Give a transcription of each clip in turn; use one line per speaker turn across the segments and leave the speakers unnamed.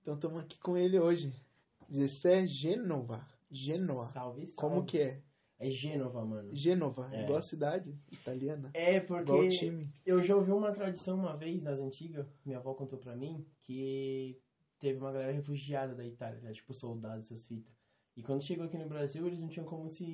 Então estamos aqui com ele hoje. Gessé Genova. Genoa.
Salve, salve.
Como que é?
É Gênova, mano.
Genova,
É.
igual a cidade italiana.
É
Igual o
porque
time.
eu já ouvi uma tradição uma vez nas antigas, minha avó contou pra mim, que teve uma galera refugiada da Itália, né? tipo soldados, essas fitas. E quando chegou aqui no Brasil, eles não tinham como se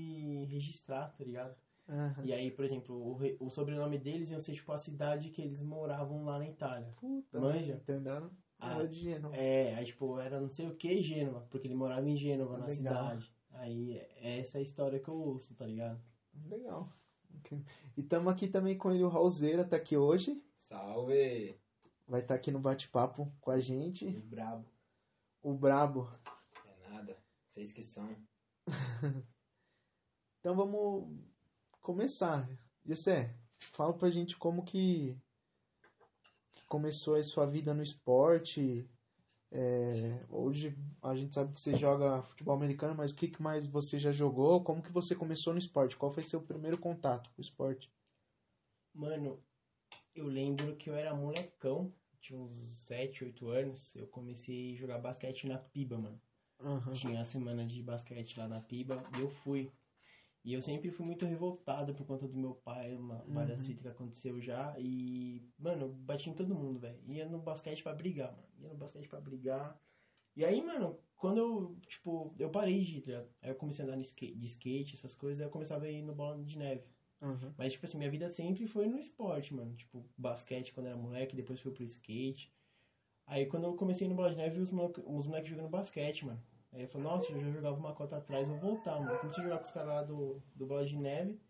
registrar, tá ligado?
Aham.
E aí, por exemplo, o, re- o sobrenome deles ia ser tipo a cidade que eles moravam lá na Itália.
Puta,
é Manja.
Então andaram
Ah,
ah, de Genova.
É, aí tipo, era não sei o que Gênova, porque ele morava em Gênova, na
Legal.
cidade. Aí, é essa é a história que eu ouço, tá ligado?
Legal. Ok. E estamos aqui também com ele, o Raulzeira, tá aqui hoje.
Salve!
Vai estar aqui no bate-papo com a gente.
E brabo.
O Brabo.
É nada. Vocês que são.
Então vamos começar. Gessé, fala pra gente como que que começou a sua vida no esporte. É, hoje a gente sabe que você joga futebol americano, mas o que que mais você já jogou? Como que você começou no esporte? Qual foi seu primeiro contato com o esporte?
Mano, eu lembro que eu era molecão, tinha uns 7, 8 anos, eu comecei a jogar basquete na Piba, mano.
Aham.
Tinha a semana de basquete lá na Piba e eu fui. E eu sempre fui muito revoltado por conta do meu pai, uma, várias
Uhum.
fitas que aconteceu já. E, mano, eu bati em todo mundo, velho. Ia no basquete pra brigar, mano. Ia no basquete pra brigar. E aí, mano, quando eu, tipo, eu parei de ir, tá ligado? Aí eu comecei a andar no skate, de skate, essas coisas, aí eu começava a ir no bola de neve.
aham.
Mas, tipo assim, minha vida sempre foi no esporte, mano. Tipo, basquete quando era moleque, depois fui pro skate. Aí, quando eu comecei no Bola de Neve, eu vi os moleques moleque jogando basquete, mano. Aí eu falei, nossa, eu já jogava uma cota atrás, vou voltar, mano. Comecei a jogar com os caras lá do, do Bola de Neve.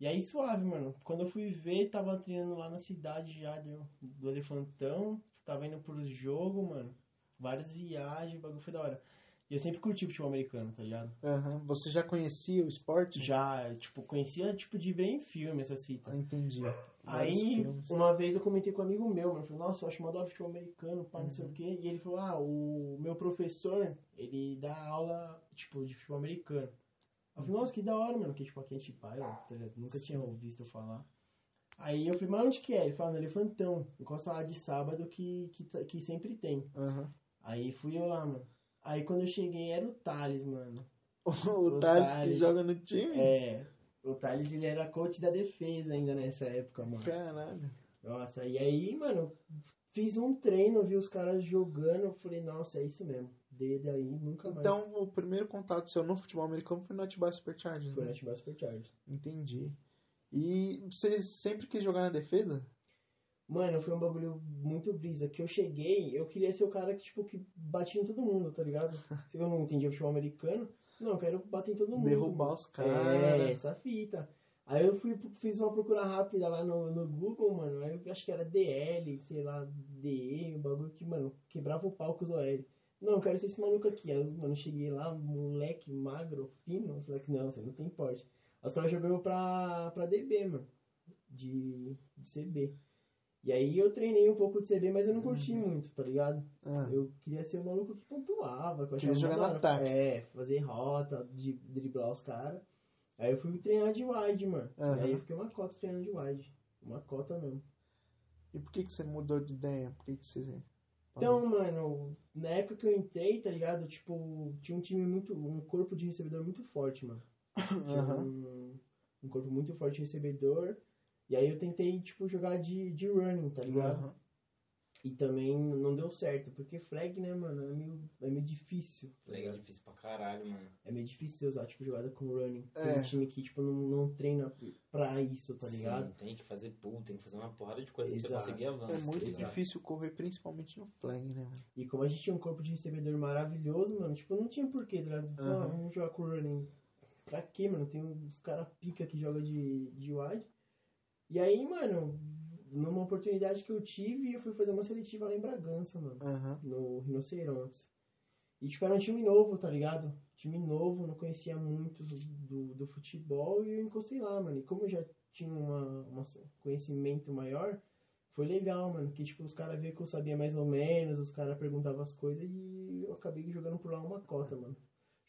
E aí, suave, mano. Quando eu fui ver, tava treinando lá na cidade já do, do Elefantão. Tava indo pros jogos, mano. Várias viagens, o bagulho foi da hora. E eu sempre curti futebol americano, tá ligado?
Aham. Você já conhecia o esporte?
Já, tipo, conhecia, tipo, de ver em filme essas fitas.
Ah, Entendi. Vários
Aí,
filmes.
uma vez eu comentei com um amigo meu, mano, falei, nossa, eu acho uma adoro futebol americano, pá, não sei
Uhum.
o quê. E ele falou, ah, o meu professor, ele dá aula, tipo, de futebol americano. Eu
Uhum.
falei, nossa, que da hora, mano, que tipo, aqui a gente pai,
Ah,
ó, tá ligado? nunca tinha visto falar. Aí eu falei, mas onde que é? Ele falou, no Elefantão, encosta lá de sábado que, que, tá- que sempre tem.
Aham.
Aí fui eu lá, mano. Aí quando eu cheguei era o Thales, mano.
O Thales que
Thales.
joga no time?
É, o Thales ele era coach da defesa ainda nessa época, mano.
Caralho.
Nossa, e aí, mano, fiz um treino, vi os caras jogando, eu falei, nossa, é isso mesmo. Desde aí, nunca mais
Então, o primeiro contato seu no futebol americano foi no Atibaia Superchargers,
foi
né?
na Chibas Supercharge.
Entendi. E você sempre quis jogar na defesa?
Mano, foi um bagulho muito brisa, que eu cheguei, eu queria ser o cara que, tipo, que batia em todo mundo, tá ligado? Se eu não entendia futebol americano, não, eu quero bater em todo mundo.
Derrubar os
É,
caras.
essa fita. Aí eu fui, fiz uma procura rápida lá no, no Google, mano. Aí eu acho que era DL, sei lá, DE, um bagulho que, mano, quebrava o pau com os OL. Não, eu quero ser esse maluco aqui. Aí, mano, eu cheguei lá, moleque magro, fino. Será que não, você não tem porte. Aí os caras jogaram pra, pra DB, mano. De, de CB. E aí eu treinei um pouco de CB, mas eu não curti muito, tá ligado?
Ah,
Eu queria ser o maluco que pontuava, que eu
Queria
achava
jogar no
da hora.
ataque.
É, fazer rota, de, driblar os caras. Aí eu fui treinar de wide, mano.
Aham.
E aí eu fiquei uma cota treinando de wide. Uma cota mesmo.
E por que, que você mudou de ideia? Por que, que você.
Então, mano, na época que eu entrei, tá ligado? Tipo, tinha um time muito. um corpo de recebedor muito forte, mano. Tinha
Aham.
um, um corpo muito forte de recebedor. E aí eu tentei, tipo, jogar de, de running, tá ligado?
Aham.
E também não deu certo, porque flag, né, mano, é meio, é meio difícil. tá
Legal,
ligado?
difícil pra caralho, mano.
É meio difícil você usar, tipo, jogada com running.
É.
Tem um time que, tipo, não, não treina pra isso, tá ligado?
Sim, tem que fazer pull, tem que fazer uma porrada de coisa pra
Exato.
você conseguir tá avançar.
É muito
Exato.
difícil correr, principalmente no flag, né, mano?
E como a gente tinha um corpo de recebedor maravilhoso, mano, tipo, não tinha porquê, tá ligado?
Aham.
Ah, vamos jogar com running. Pra quê, mano? Tem uns caras pica que joga de, de wide. E aí, mano, numa oportunidade que eu tive, eu fui fazer uma seletiva lá em Bragança, mano.
Aham.
no Rinocerontes. E, tipo, era um time novo, tá ligado? Time novo, não conhecia muito do, do, do futebol e eu encostei lá, mano. E como eu já tinha um conhecimento maior, foi legal, mano. Que, tipo, os caras viam que eu sabia mais ou menos, os caras perguntavam as coisas e eu acabei jogando por lá uma cota, mano.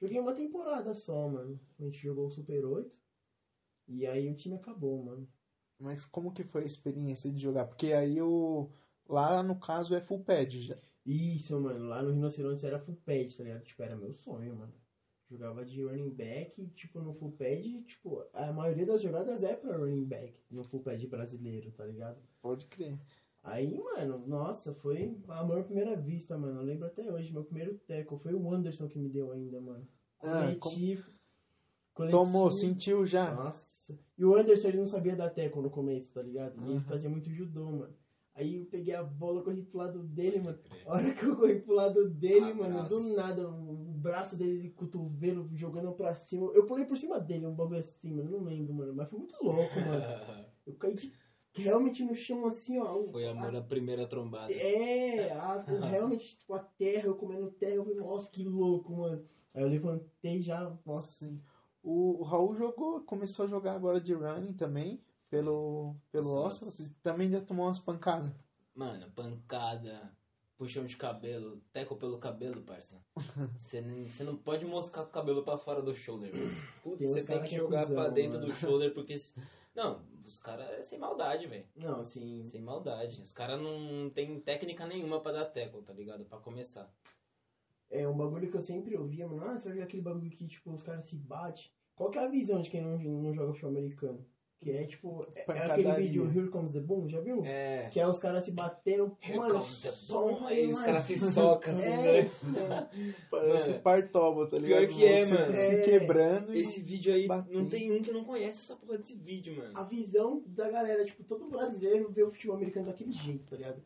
Joguei uma temporada só, mano. A gente jogou o Super 8 e aí o time acabou, mano.
Mas como que foi a experiência de jogar? Porque aí o, Lá, no caso, é full pad. já.
Isso, mano. Lá no Rinocerontes era full pad, tá ligado? Tipo, era meu sonho, mano. Jogava de running back, tipo, no full pad, tipo, a maioria das jogadas é pra running back, no full pad brasileiro, tá ligado?
Pode crer.
Aí, mano, nossa, foi amor à primeira vista, mano. Eu lembro até hoje, meu primeiro teco foi o Anderson que me deu ainda, mano.
Ah,
Coletivo. coletivo.
Tomou, sentiu já.
Nossa. E o Anderson, ele não sabia dar teco no começo, tá ligado? E ele
Aham.
fazia muito judô, mano. Aí eu peguei a bola, corri pro lado dele, mano.
Pode crer.
A hora que eu corri pro lado dele, mano,
Um Abraço.
do nada, o braço dele, de cotovelo, jogando pra cima. Eu pulei por cima dele, um bagulho assim, mano. Não lembro, mano. Mas foi muito louco, mano. Eu caí de, realmente no chão assim, ó. o-
Foi amor à primeira trombada.
é, a- realmente, tipo, a terra, eu comendo terra, eu falei, nossa, que louco, mano. Aí eu levantei já, nossa,
Assim, o o Raul jogou, começou a jogar agora de running também, pelo, pelo
Nossa.
Oscar, e também já tomou umas pancadas.
Mano, pancada, puxão de cabelo, teco pelo cabelo, parça. Você nem- você não pode moscar com o cabelo pra fora do shoulder, velho. Putz,
Tem uns
você tem
cara
que
que é
jogar
cuzão,
pra dentro
mano.
do shoulder porque. se- Não, os caras é sem maldade, velho.
não, assim,
Sem maldade. Os caras não tem técnica nenhuma pra dar teco, tá ligado? Pra começar.
é um bagulho que eu sempre ouvia, mano, ah, você vai ver aquele bagulho que, tipo, os caras se batem. Qual que é a visão de quem não, não joga futebol americano? Que é, tipo, é, é aquele
Pancadaria.
vídeo Here Comes the Boom, já viu?
É.
Que é os caras se batendo,
Here
mano,
comes the
só
bomb. Aí é os
mais-
caras se socam assim,
É,
né?
mano.
Parece
Mano,
partoba, tá
pior
ligado?
que é,
Você
mano.
Se
É.
quebrando e
Esse vídeo aí, não
batendo.
tem um que não conhece essa porra desse vídeo, mano.
a visão da galera, tipo, todo brasileiro vê o futebol americano daquele jeito, tá ligado?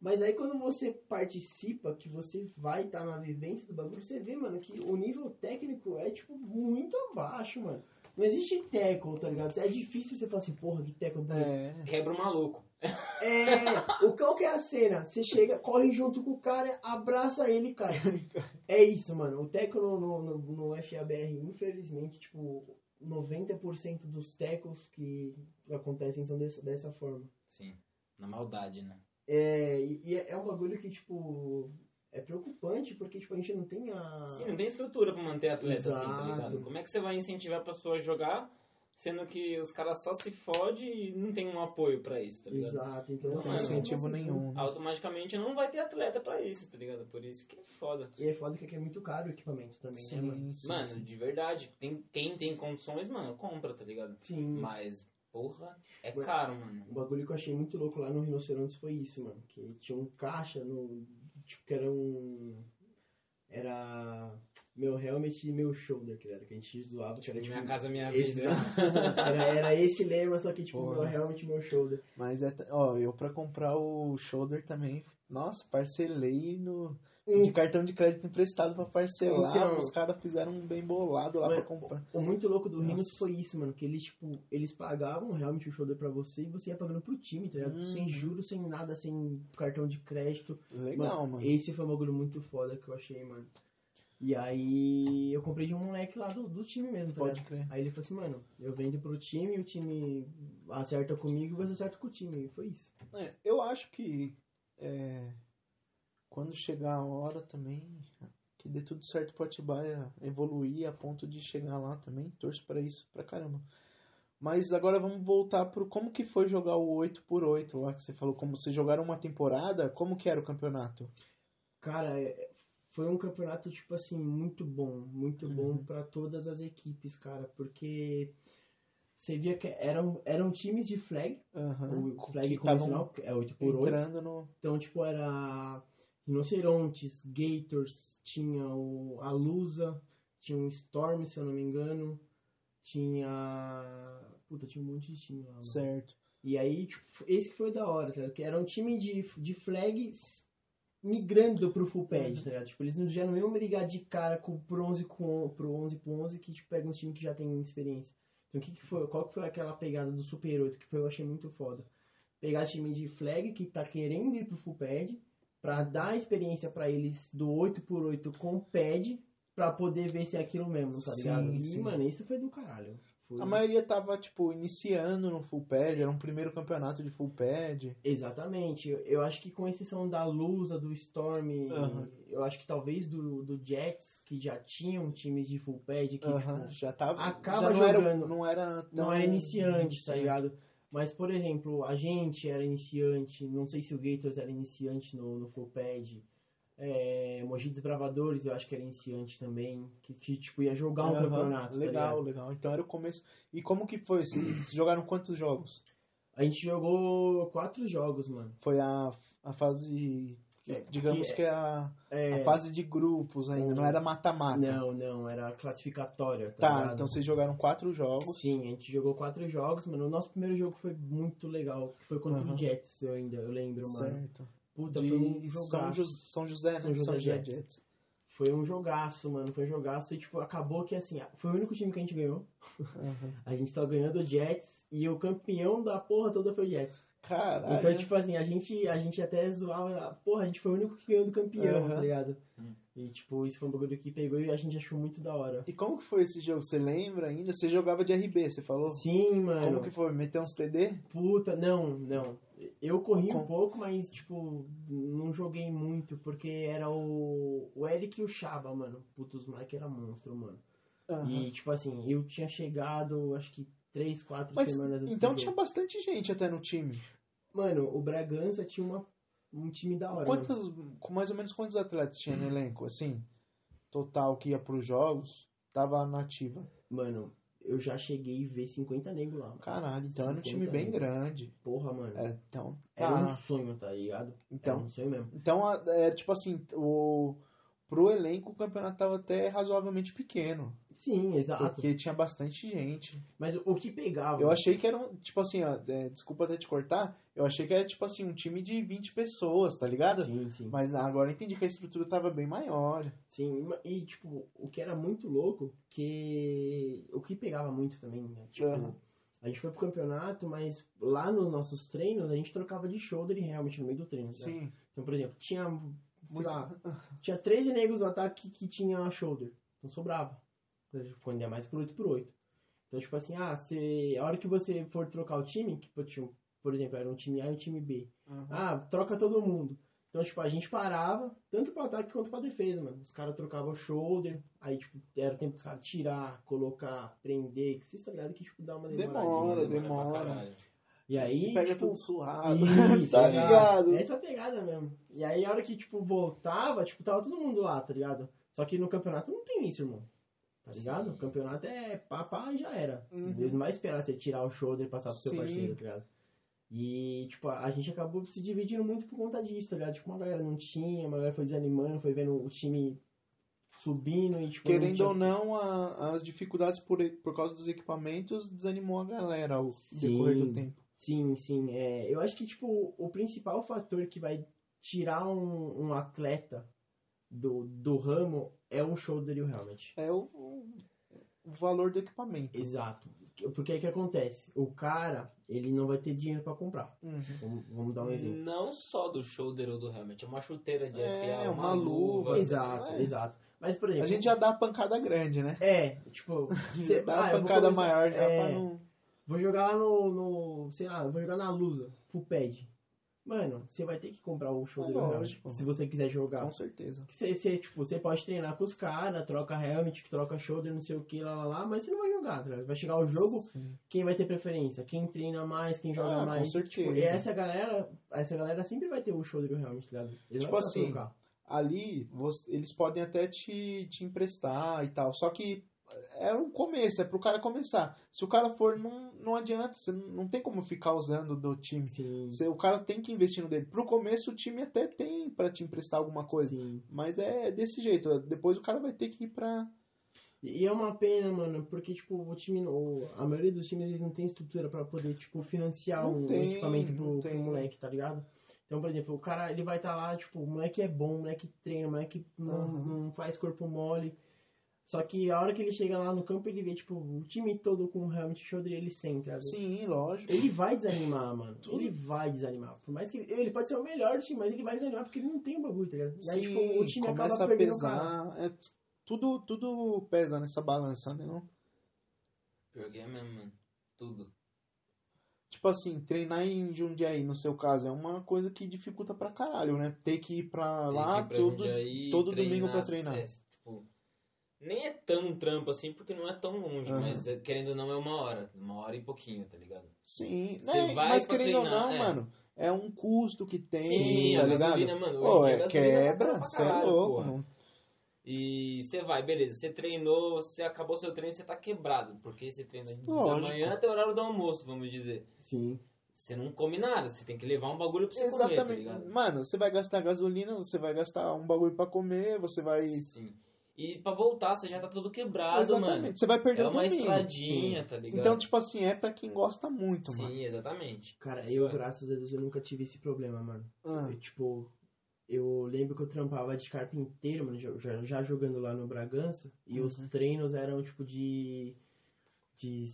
Mas aí quando você participa, que você vai estar na vivência do bagulho, você vê, mano, que o nível técnico é, tipo, muito abaixo, mano. Não existe tackle, tá ligado? É difícil você falar assim, porra, que tackle bonito.
É.
Ah, Quebra o maluco.
É, o qual que é a cena? Você chega, corre junto com o cara, abraça ele e cai. É isso, mano. O tackle no, no, no FABR, infelizmente, tipo, 90% dos tackles que acontecem são dessa, dessa forma.
Sim. Na maldade, né?
É, e e é é um bagulho que, tipo, é preocupante, porque, tipo, a gente não tem a...
Ah. Sim,
né?
não tem estrutura pra manter atleta assim, tá
Exato.
ligado? Como é que você vai incentivar a pessoa a jogar, sendo que os caras só se fodem e não tem um apoio pra isso, tá ligado?
Exato, então...
Não
Não
assim,
tem
mano,
incentivo
como assim?
nenhum. né?
Automaticamente não vai ter atleta pra isso, tá ligado? Por isso que é foda.
E é foda que aqui é muito caro o equipamento também, né,
Sim,
mano?
sim,
mano,
sim.
de verdade, tem, quem tem condições, mano, compra, tá ligado?
Sim.
Mas, porra, é
Mano.
caro, mano.
Um bagulho que eu achei muito louco lá no Rinocerontes foi isso, mano. Que tinha um caixa no. Tipo, que era um. Era. Meu helmet e meu shoulder, tá que era que a gente zoava, que era tipo.
minha casa, minha vida.
Exato. Era, era esse lema, só que tipo,
Porra.
meu helmet e meu shoulder.
Mas é, t- ó, eu pra comprar o shoulder também, nossa, parcelei no
Um,
de cartão de crédito emprestado pra parcelar,
Então.
os caras fizeram um bem bolado lá
Mas-
pra comprar.
O muito louco do
Nossa.
Rinos foi isso, mano. Que eles, tipo, eles pagavam o helmet e o shoulder pra você e você ia pagando pro time, tá ligado?
Hum.
Sem juros, sem nada, sem cartão de crédito.
Legal, mano.
Esse foi um bagulho muito foda que eu achei, mano. E aí eu comprei de um moleque lá do, do time mesmo, tá
Pode
ligado?
crer.
Aí ele falou assim, mano, eu vendo pro time, o time acerta comigo e você acerta com o time. E foi isso.
É, eu acho que é, quando chegar a hora também, que dê tudo certo pro Atibaia evoluir a ponto de chegar lá também, torço pra isso pra caramba. Mas agora vamos voltar pro como que foi jogar o 8x8 lá que você falou, como vocês jogaram uma temporada, como que era o campeonato?
Cara, é- foi um campeonato, tipo assim, muito bom. Muito bom
Uhum.
pra todas as equipes, cara. Porque você via que eram, eram times de flag.
Aham.
o flag
Uhum. que tavam
convencional, que é 8x8.
entrando no
Então, tipo, era rinocerontes, gators, tinha o, a Lusa, tinha um Storm, se eu não me engano, tinha... Puta, tinha um monte de time lá, mano.
certo.
E aí, tipo, esse que foi da hora, tá ligado? Que era um time de, de flags migrando pro full pad, tá ligado? Tipo, eles não, já não iam brigar de cara com, pro 11 com, pro 11 pro 11, que, tipo, pega uns times que já tem experiência. Então, o que que foi, qual que foi aquela pegada do Super 8 que foi, eu achei muito foda? Pegar time de flag que tá querendo ir pro full pad, pra dar experiência pra eles do 8x8 com pad, pra poder ver se é aquilo mesmo, tá
Sim,
ligado? E,
sim.
mano, isso foi do caralho. Foi-
A maioria tava, tipo, iniciando no full pad, era um primeiro campeonato de full pad.
Exatamente. Eu- Eu acho que com exceção da Lusa, do Storm,
Aham.
eu acho que talvez do, do Jets, que já tinham times de full pad, que
Aham,
tipo,
já tava.
Acaba
já não
jogando.
Era, não era tão
não era iniciante, tá ligado? Mas, por exemplo, a gente era iniciante, não sei se o Gators era iniciante no, no Flowpad. É, Mogi Desbravadores, eu acho que era iniciante também, que, que tipo, ia jogar um
Aham,
campeonato. tá
Legal,
ligado?
legal. Então era o começo. E como que foi? Vocês jogaram quantos jogos?
a gente jogou quatro jogos, mano.
Foi a, a fase.
É,
Digamos
que-
que a,
É,
a fase de grupos ainda, não era mata-mata.
Não, não, era classificatória. Tá,
Tá,
ligado?
então vocês jogaram quatro jogos.
Sim, a gente jogou quatro jogos, mano. O nosso primeiro jogo foi muito legal. que Foi contra
Aham.
o Jets, eu ainda, eu lembro, mano.
certo.
Puta, foi um
De São,
jogaço.
Ju- São José, né?
São
De São
José
José
Jets.
Jets.
Foi um jogaço, mano. Foi um jogaço e, tipo, acabou que, assim, foi o único time que a gente ganhou.
Aham.
A gente só ganhou do Jets e o campeão da porra toda foi o Jets.
Caralho.
Então, tipo assim, a gente, a gente até zoava, porra, a gente foi o único que ganhou do campeão,
Aham.
tá ligado?
Hum.
E, tipo, isso foi um bagulho que pegou e a gente achou muito da hora.
E como que foi esse jogo? Você lembra ainda? Você jogava de RB, você falou?
Sim, mano.
Como que foi? Meteu uns TD?
Puta, não, não. Eu corri
Com-
um pouco, mas, tipo, não joguei muito, porque era o, o Eric e o Chaba, mano. Puta, os moleques eram monstro, mano.
Aham.
E, tipo assim, eu tinha chegado, acho que três, quatro
Mas
semanas antes
então
do
tinha
jogo.
bastante gente até no time.
Mano, o Bragança tinha uma, um time da hora. mano.
Quantos, com mais ou menos quantos atletas tinha
Hum.
no elenco, assim? Total que ia pros jogos, tava nativa.
Mano, eu já cheguei a ver 50 negros lá. mano.
Caralho, então era um
50
time bem
anos.
grande.
Porra, mano.
É, então,
né? Era um
tá.
sonho, tá ligado? Era
então,
um sonho mesmo.
então a- é tipo assim, o pro elenco o campeonato tava até razoavelmente pequeno,
Sim, exato. Ah,
porque tinha bastante gente.
Mas o que pegava...
Eu achei que era um, tipo assim, ó, é, desculpa até te cortar, eu achei que era tipo assim um time de 20 pessoas, tá ligado?
Sim, sim.
Mas agora eu entendi que a estrutura tava bem maior.
Sim, ma- e tipo, o que era muito louco, que o que pegava muito também, né? Tipo,
Aham.
a gente foi pro campeonato, mas lá nos nossos treinos a gente trocava de shoulder realmente no meio do treino. sabe?
Sim,
Então, por exemplo, tinha, sei
muito-
lá, tinha 13 negros no ataque que tinha shoulder. Então sobrava. Ficou ainda mais por 8 por 8. Então, tipo assim, ah, você, a hora que você for trocar o time, que tipo, por exemplo, era um time A e um time B.
Aham.
Ah, troca todo mundo. Então, tipo, a gente parava, tanto pra ataque quanto pra defesa, mano. Os caras trocavam o shoulder, aí, tipo, era tempo dos caras tirar, colocar, prender, que vocês estão ligados que, tipo, dá uma
Demora,
demoradinha. né?
demora.
pra caralho.
E aí,
pega
tipo...
tudo suado.
Isso,
tá
é,
ligado?
Essa é a pegada mesmo. E aí, a hora que, tipo, voltava, tipo, tava todo mundo lá, tá ligado? Só que no campeonato não tem isso, irmão. Tá ligado?
Sim.
O campeonato é papá e já era.
Uhum.
Ele não vai esperar você tirar o shoulder e passar pro seu
Sim.
parceiro, tá ligado? E, tipo, a a gente acabou se dividindo muito por conta disso, tá ligado? Tipo, uma galera não tinha, uma galera foi desanimando, foi vendo o time subindo e, tipo... não
Querendo
tinha-
ou não, a- as dificuldades por, por causa dos equipamentos desanimou a galera ao
Sim.
decorrer do tempo.
Sim, sim. É, eu acho que, tipo, o principal fator que vai tirar um, um atleta do, do ramo é o shoulder e o helmet.
É o, o valor do equipamento.
Exato. Porque aí que acontece? O cara, ele não vai ter dinheiro pra comprar.
Uhum.
Vamos, vamos dar um exemplo.
Não só do shoulder ou do helmet, é uma chuteira de
É,
FPA,
uma luva.
Exato,
É.
exato. Mas, por exemplo...
A gente já dá a pancada grande, né?
É, tipo...
Você
cê-
dá a
ah, eu vou
pancada
começar-
maior já
é,
pra não.
Vou jogar lá no, no. Sei lá, vou jogar na Lusa, full pad. Mano, você vai ter que comprar o shoulder
É
e o
lógico.
helmet se você quiser jogar.
Com certeza.
Você, você, tipo, você pode treinar com os caras, troca helmet, troca shoulder, não sei o que, lá, lá, lá, mas você não vai jogar, tá? ligado? vai chegar o jogo,
Sim.
quem vai ter preferência? Quem treina mais, quem joga
Ah, com
mais.
certeza.
Tipo, e essa galera, essa galera sempre vai ter o shoulder e o helmet, tá? ligado? Ele não
Tipo
vai
assim,
trocar.
Ali, você- eles podem até te, te emprestar e tal. Só que é um começo, é pro cara começar. Se o cara for, não, não adianta. Você não não tem como ficar usando do time.
Sim,
Você- o cara tem que investir no dele. Pro começo, o time até tem pra te emprestar alguma coisa.
sim.
Mas é desse jeito. Depois o cara vai ter que ir pra.
E é uma pena, mano, porque, tipo, o time, o, a maioria dos times eles não tem estrutura pra poder, tipo, financiar
Não
um
tem,
equipamento
não
pro, pro
tem.
moleque, tá ligado? Então, por exemplo, o cara, ele vai estar tá lá, tipo, o moleque é bom, o moleque treina, o moleque não,
Aham.
não faz corpo mole. Só que a hora que ele chega lá no campo, ele vê, tipo, o time todo com o helmet shoulder e ele senta. né?
Sim, lógico.
Ele vai desanimar, mano.
Tudo.
Ele vai desanimar. Por mais que ele, ele pode ser o melhor do time, mas ele vai desanimar porque ele não tem o bagulho, tá ligado? E aí, tipo, o time
começa
acaba
a
perdendo o cara.
pesar. É, tudo, tudo pesa nessa balança, né? Não?
Pior que é mesmo, mano. Tudo.
Tá Tipo assim, treinar em Jundiaí, no seu caso, é uma coisa que dificulta pra caralho, né? Ter que ir pra
Tem
lá
que ir pra
todo.
Jundiaí,
todo domingo pra
às-
treinar.
é, tipo, Nem é tão trampo assim, porque não é tão longe,
Aham.
mas é, querendo ou não é uma hora. Uma hora e pouquinho, tá ligado?
Sim,
Você
né?
vai
mas
pra
querendo ou
treinar,
não,
é.
mano, é um custo que tem,
Sim,
tá
a
ligado?
gasolina, mano. hoje
Pô,
em dia a
é
gasolina tá
quebra,
cara pra
você é
caralho,
louco.
porra.
não-
E você vai, beleza. Você treinou, você acabou seu treino, você tá quebrado. Porque você treina de
Lógico.
manhã até o horário do almoço, vamos dizer.
Sim.
Você não come nada, você tem que levar um bagulho pra você comer, tá
Exatamente.
ligado?
mano, você vai gastar gasolina, você vai gastar um bagulho pra comer, você vai.
Sim. E pra voltar, você já tá todo quebrado,
Exatamente.
mano.
Você vai
É
perder o
uma
caminho.
estradinha, tá ligado?
Então, tipo assim, é pra quem gosta muito,
Sim,
mano.
exatamente.
Cara,
Isso
eu,
é.
graças a Deus, eu nunca tive esse problema, mano.
Ah,
Eu, tipo, eu lembro que eu trampava de carpinteiro, mano, já- já, já jogando lá no Bragança. E os treinos eram, tipo, de. De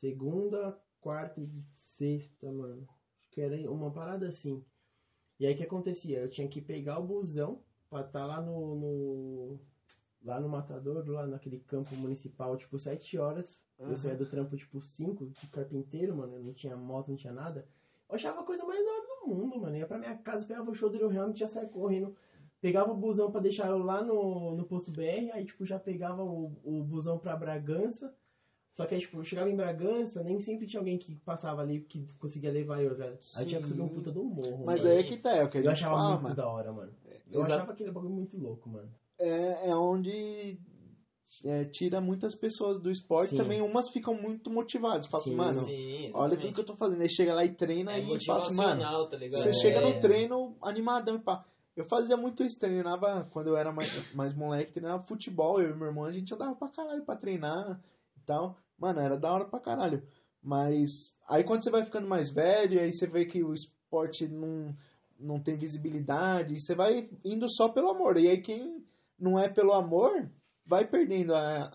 segunda, quarta e sexta, mano. Acho que era uma parada assim. E aí o que acontecia? Eu tinha que pegar o busão pra estar lá no. no- lá no Matador, lá naquele campo municipal, tipo, sete horas.
Aham.
Eu saía do trampo, tipo, cinco de carpinteiro, mano. Eu não tinha moto, não tinha nada. Eu achava a coisa mais da hora do mundo, mano. Eu ia pra minha casa, pegava o show do Rio já saia correndo. Pegava o busão pra deixar eu lá no, no posto BR, aí, tipo, já pegava o, o busão pra Bragança. Só que aí, tipo, eu chegava em Bragança, nem sempre tinha alguém que passava ali que conseguia levar eu, velho. Aí tinha que subir um
Sim.
puta do morro.
Mas
mano.
aí é que tá, é o que a
Eu
gente
achava
fala,
muito
mano.
da hora, mano. Eu
Exato.
achava aquele bagulho muito louco, mano.
É, é onde é, tira muitas pessoas do esporte
Sim.
também. Umas ficam muito motivadas. Falam assim,
Sim,
mano,
Sim,
olha tudo que eu tô fazendo. Aí chega lá e treina
é
e fala assim, mano.
motivacional, tá ligado?
Você
É.
chega no treino animadão e pá. Eu fazia muito isso, treinava quando eu era mais, mais moleque, treinava futebol, eu e meu irmão, a gente andava pra caralho pra treinar e tal. Mano, era da hora pra caralho. Mas aí quando você vai ficando mais velho, aí você vê que o esporte não, não tem visibilidade, e você vai indo só pelo amor. E aí quem não é pelo amor, vai perdendo a,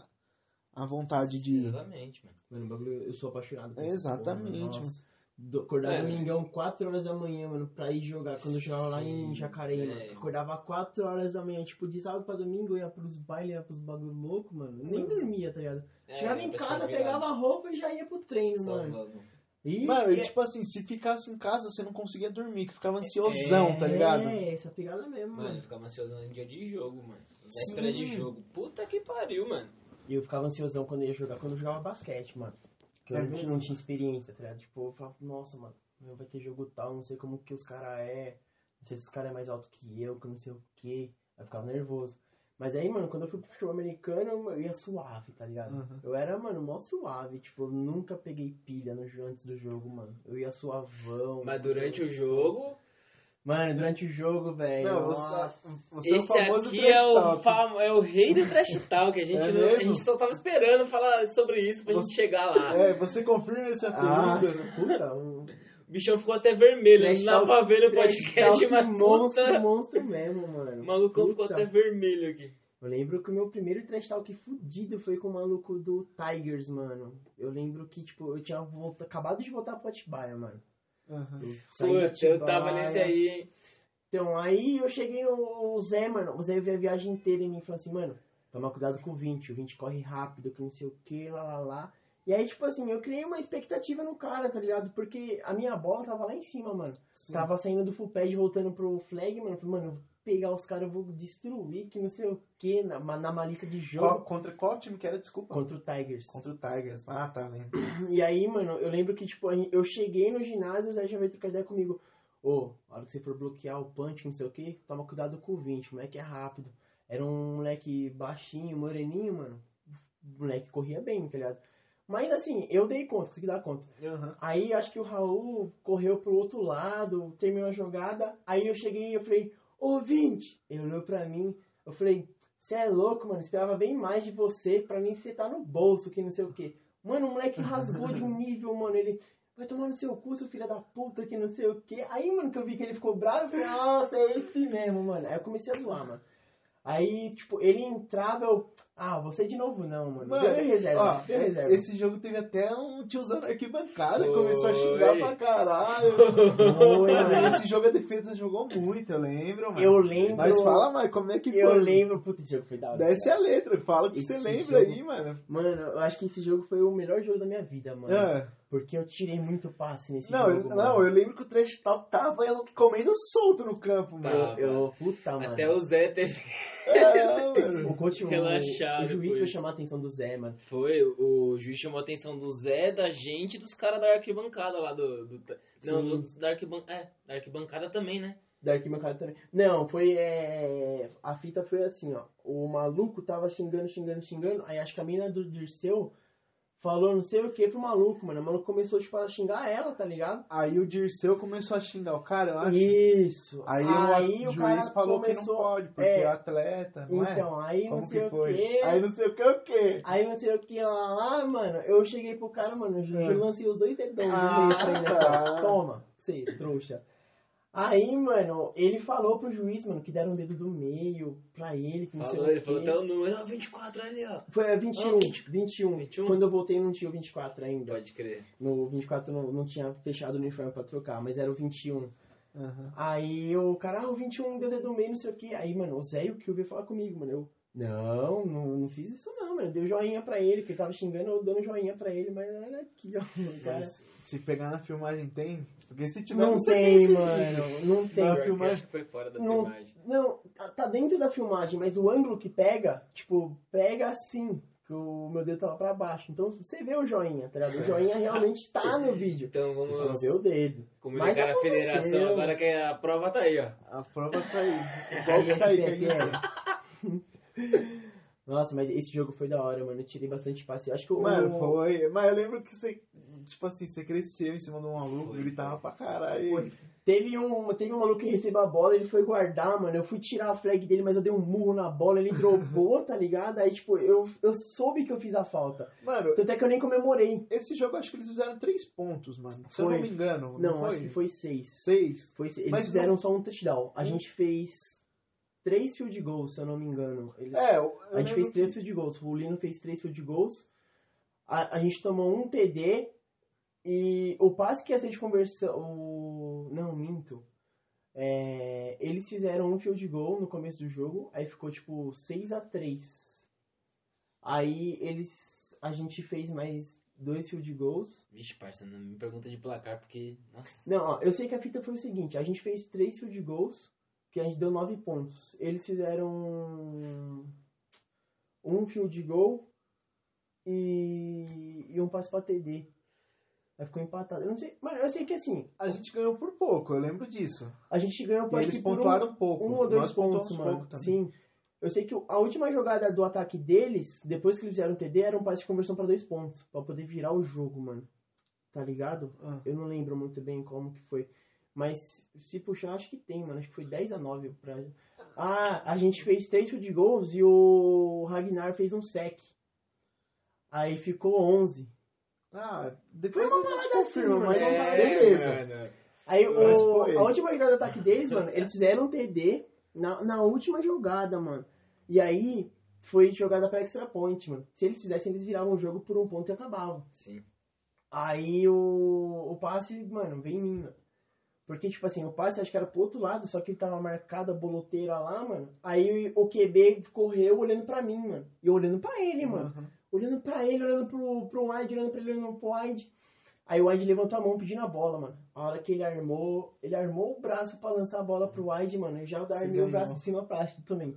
a vontade de...
Exatamente, mano.
Mano, o bagulho, eu sou apaixonado por
É,
essa porra, mano.
exatamente,
Nossa. Do, acordar
É.
domingão 4 horas da manhã, mano, pra ir jogar. Quando eu chegava lá em
Sim,
Jacareí,
é.
mano, acordava 4 horas da manhã, tipo, de sábado pra domingo, eu ia pros bailes, ia pros bagulho louco, mano. Nem dormia, tá ligado?
É,
chegava
é
em
pra
casa,
ficar virado.
pegava a roupa e já ia pro treino,
Só
mano.
vamos.
E,
Mano, e
é-
tipo assim, se ficasse em casa, você não conseguia dormir, que ficava ansiosão, tá ligado?
É, essa pegada mesmo, mano.
Mano, ficava ansioso no dia de jogo, mano.
Sim.
Véspera de jogo. Puta que pariu, mano.
E eu ficava ansiosão quando eu ia jogar, quando eu jogava basquete, mano. Que eu
É
não, tinha,
mesmo?
não tinha experiência, tá ligado? Tipo, eu falava, nossa, mano, meu, vai ter jogo tal, não sei como que os caras é, não sei se os caras é mais alto que eu, que não sei o que. Aí eu ficava nervoso. Mas aí, mano, quando eu fui pro futebol americano, eu- eu ia suave, tá ligado?
Uhum.
Eu era, mano, mó suave, tipo, eu nunca peguei pilha no, jo- antes do jogo, mano. Eu ia suavão.
Mas
assim,
durante o
eu-
jogo,
Mano, durante o jogo, velho.
Não,
É, nossa.
você, tá você
esse
é o famoso
aqui
trash
é o,
talk.
famo- é o rei do trash talk. A gente,
É
não- a
mesmo?
gente só tava esperando falar sobre isso pra gente chegar lá.
É, você confirma esse
Ah,
apelido?
puta, um
O bichão ficou até vermelho.
Trash
não dá
talk-
pra ver no
Trash
podcast,
talk
mas
monstro,
puta.
monstro mesmo, mano.
O malucão ficou
Puta.
até vermelho aqui.
Eu lembro que o meu primeiro trash talk fudido foi com o maluco do Tigers, mano. Eu lembro que, tipo, eu tinha volta... acabado de voltar pra Atibaia, mano.
Aham.
Eu saí de
Puta, eu tava
Atibaia.
nesse aí, hein?
Então, aí eu cheguei, o o Zé, mano, o Zé veio a viagem inteira em mim e falou assim, mano, toma cuidado com o 20, o 20 corre rápido, que não sei o que, lá, lá, lá. E aí, tipo assim, eu criei uma expectativa no cara, tá ligado? Porque a minha bola tava lá em cima, mano.
Sim.
Tava saindo do full pad, voltando pro flag, mano. Falei, mano, eu vou pegar os caras, eu vou destruir, que não sei o que, na, ma- na malícia de
Qual-
jogo.
contra qual time que era? Desculpa.
Contra o Tigers.
Contra o Tigers. Ah, tá, lembro.
E aí, mano, eu lembro que, tipo, a gen- eu cheguei no ginásio, o Zé já veio trocar ideia comigo. Ô, a hora que você for bloquear o punch, não sei o que, toma cuidado com o 20, o moleque é rápido. Era um moleque baixinho, moreninho, mano. O moleque corria bem, tá ligado? Mas assim, eu dei conta, consegui dar conta.
Aham.
Aí acho que o Raul correu pro outro lado, terminou a jogada. Aí eu cheguei e eu falei, ô 20! Ele olhou pra mim, eu falei, você é louco, mano, esperava bem mais de você, pra mim você tá no bolso, que não sei o quê. Mano, o moleque rasgou de um nível, mano, ele vai tomar no seu cu, seu filho da puta, que não sei o quê. Aí, mano, que eu vi que ele ficou bravo, eu falei, nossa, é esse mesmo, mano. Aí eu comecei a zoar, mano. Aí, tipo, ele entrava, eu, ah, você de novo não, mano.
Mano,
deu reserva,
ó,
deu reserva.
esse jogo teve até um tiozão na arquibancada que
Foi.
começou a xingar pra caralho.
Foi,
Mano,
mano.
esse jogo a defesa jogou muito, eu lembro, mano.
Eu lembro.
Mas fala, mano, como é que foi?
Eu lembro, puta, esse jogo foi da hora.
Desce a letra, fala o que
Esse
você lembra
jogo-
aí, mano.
Mano, eu acho que esse jogo foi o melhor jogo da minha vida, mano.
Ah,
Porque eu tirei muito passe nesse
Não, eu,
jogo. mano.
não, eu lembro que o trash tal tava ela comendo solto no campo, mano.
Tá.
Eu- Puta, mano.
Até o Zé teve. Tá.
É, mano.
O coach, o,
Relaxado
o juiz
depois.
foi chamar a atenção do Zé, mano.
Foi, o juiz chamou a atenção do Zé, da gente e dos caras da arquibancada lá do. do- não,
Sim.
do- da, arquiban... é, da arquibancada também, né?
Da arquibancada também. Não, foi. É... A fita foi assim, ó. O maluco tava xingando, xingando, xingando. Aí acho que a mina do Dirceu falou não sei o que pro maluco, mano. O maluco começou, tipo, a xingar ela, tá ligado?
Aí o Dirceu começou a xingar o cara, eu acho.
Isso.
Aí, o, juiz falou que não pode, porque
é.
é atleta, não é?
Então, aí não
Como
sei
que
o
foi?
que.
Aí não sei o que, o quê?
Aí não sei o que lá, lá, mano. Eu cheguei pro cara, mano. Eu
É.
eu lancei os dois dedões no
Ah,
meio pra ele, né?
tá.
Toma, você, trouxa. Aí, mano, ele falou pro juiz, mano, que deram o dedo do meio pra ele, que não
Falou,
sei
ele
o
falou
quê.
até o número. Ah, 24 ali, ó.
Foi é, 21,
Ah,
21,
21.
Quando eu voltei não tinha o 24 ainda.
Pode crer.
No 24 não, não tinha fechado o uniforme pra trocar, mas era o 21.
Aham.
Aí o cara, ah, o 21 deu dedo no meio, não sei o que. Aí, mano, o Zé e o Kill veio falar comigo, mano. Eu, não, não, não fiz isso não, mano. Deu joinha pra ele, que ele tava xingando, eu dando joinha pra ele, mas olha aqui, ó, o cara.
Mas Se pegar na filmagem tem? Porque se tiver
É. Não
sei
tem,
se-
mano, não
Não,
tem.
Pior que
filmagem-
acho que foi fora da
Não.
filmagem.
Não, tá- tá dentro da filmagem, mas o ângulo que pega, tipo, pega assim, que o meu dedo tava pra baixo. Então você vê o joinha, tá ligado? O joinha realmente tá no vídeo.
Então
Você só não
vamos.
vê o dedo. Mas
Comunicar a federação
aconteceu.
agora que a prova tá aí, ó.
A prova tá aí. Igual que tá aí.
é
que a gente-
ISPFL. é. Nossa, mas esse jogo foi da hora, mano. Eu tirei bastante passe. Eu acho que o.
Mano, foi. um- Mas eu lembro que você, tipo assim, você cresceu em cima de um maluco,
Foi,
gritava pra caralho.
Foi. Teve um, teve um maluco que recebeu a bola, ele foi guardar, mano. Eu fui tirar a flag dele, mas eu dei um murro na bola, ele dropou, tá ligado? Aí, tipo, eu, eu soube que eu fiz a falta.
Mano,
Tanto é que eu nem comemorei.
esse jogo acho que eles fizeram três pontos, mano. Se eu
Foi.
não me engano.
Não, acho que foi seis.
Seis.
Foi seis. Eles
Mas
fizeram só um touchdown. A
Hum.
gente fez três field goals, se eu não me engano. Eles-
É, eu- eu
A gente
lembro
fez
que-
três field goals. O Lino fez três field goals. A, a gente tomou um TD. E o passe que ia ser de conversão. O... Não, minto. É, eles fizeram um field goal no começo do jogo. Aí ficou tipo 6 a 3 Aí eles. A gente fez mais dois field goals.
Vixe, parça, não me pergunta de placar, porque. Nossa.
Não, ó, eu sei que a fita foi o seguinte: a gente fez três field goals, que a gente deu nove pontos. Eles fizeram um field goal e, e um passe pra TD. Aí ficou empatado. Eu não sei, mas eu sei que assim,
A gente ganhou por pouco, eu lembro disso.
a gente ganhou
E
acho
eles
que por um-
pontuaram pouco.
um ou dois
Nós pontuamos
pontos, mano.
pouco também.
Sim. Eu sei que a última jogada do ataque deles, depois que eles fizeram o TD, era um passe de conversão pra dois pontos, Pra poder virar o jogo, mano. Tá ligado?
Ah.
Eu não lembro muito bem como que foi. Mas se puxar, acho que tem, mano. Acho que foi 10 a 9 pra... Ah, a gente fez três field goals e o Ragnar fez um sec. Aí ficou 11.
Ah, depois
Foi uma
a gente
parada assim,
confirma, mas
mano. É,
beleza.
mano.
Aí o-
Mas foi.
a última jogada do ataque deles, mano, eles fizeram um TD na, na última jogada, mano. E aí foi jogada pra extra point, mano. Se eles fizessem, eles viravam o jogo por um ponto e acabavam.
Sim.
Aí o, o passe, mano, vem em mim, mano. Porque, tipo assim, o passe acho que era pro outro lado, só que ele tava marcado a boloteira lá, mano. Aí o QB correu olhando pra mim, mano. E eu olhando pra ele, mano
Uhum.
olhando pra ele, olhando pro, pro Wide, olhando pra ele, olhando pro Wide. Aí o Wide levantou a mão pedindo a bola, mano. A hora que ele armou, ele armou o braço pra lançar a bola pro Wide, mano. Eu já armei
ganhou.
o braço de cima pra baixo também.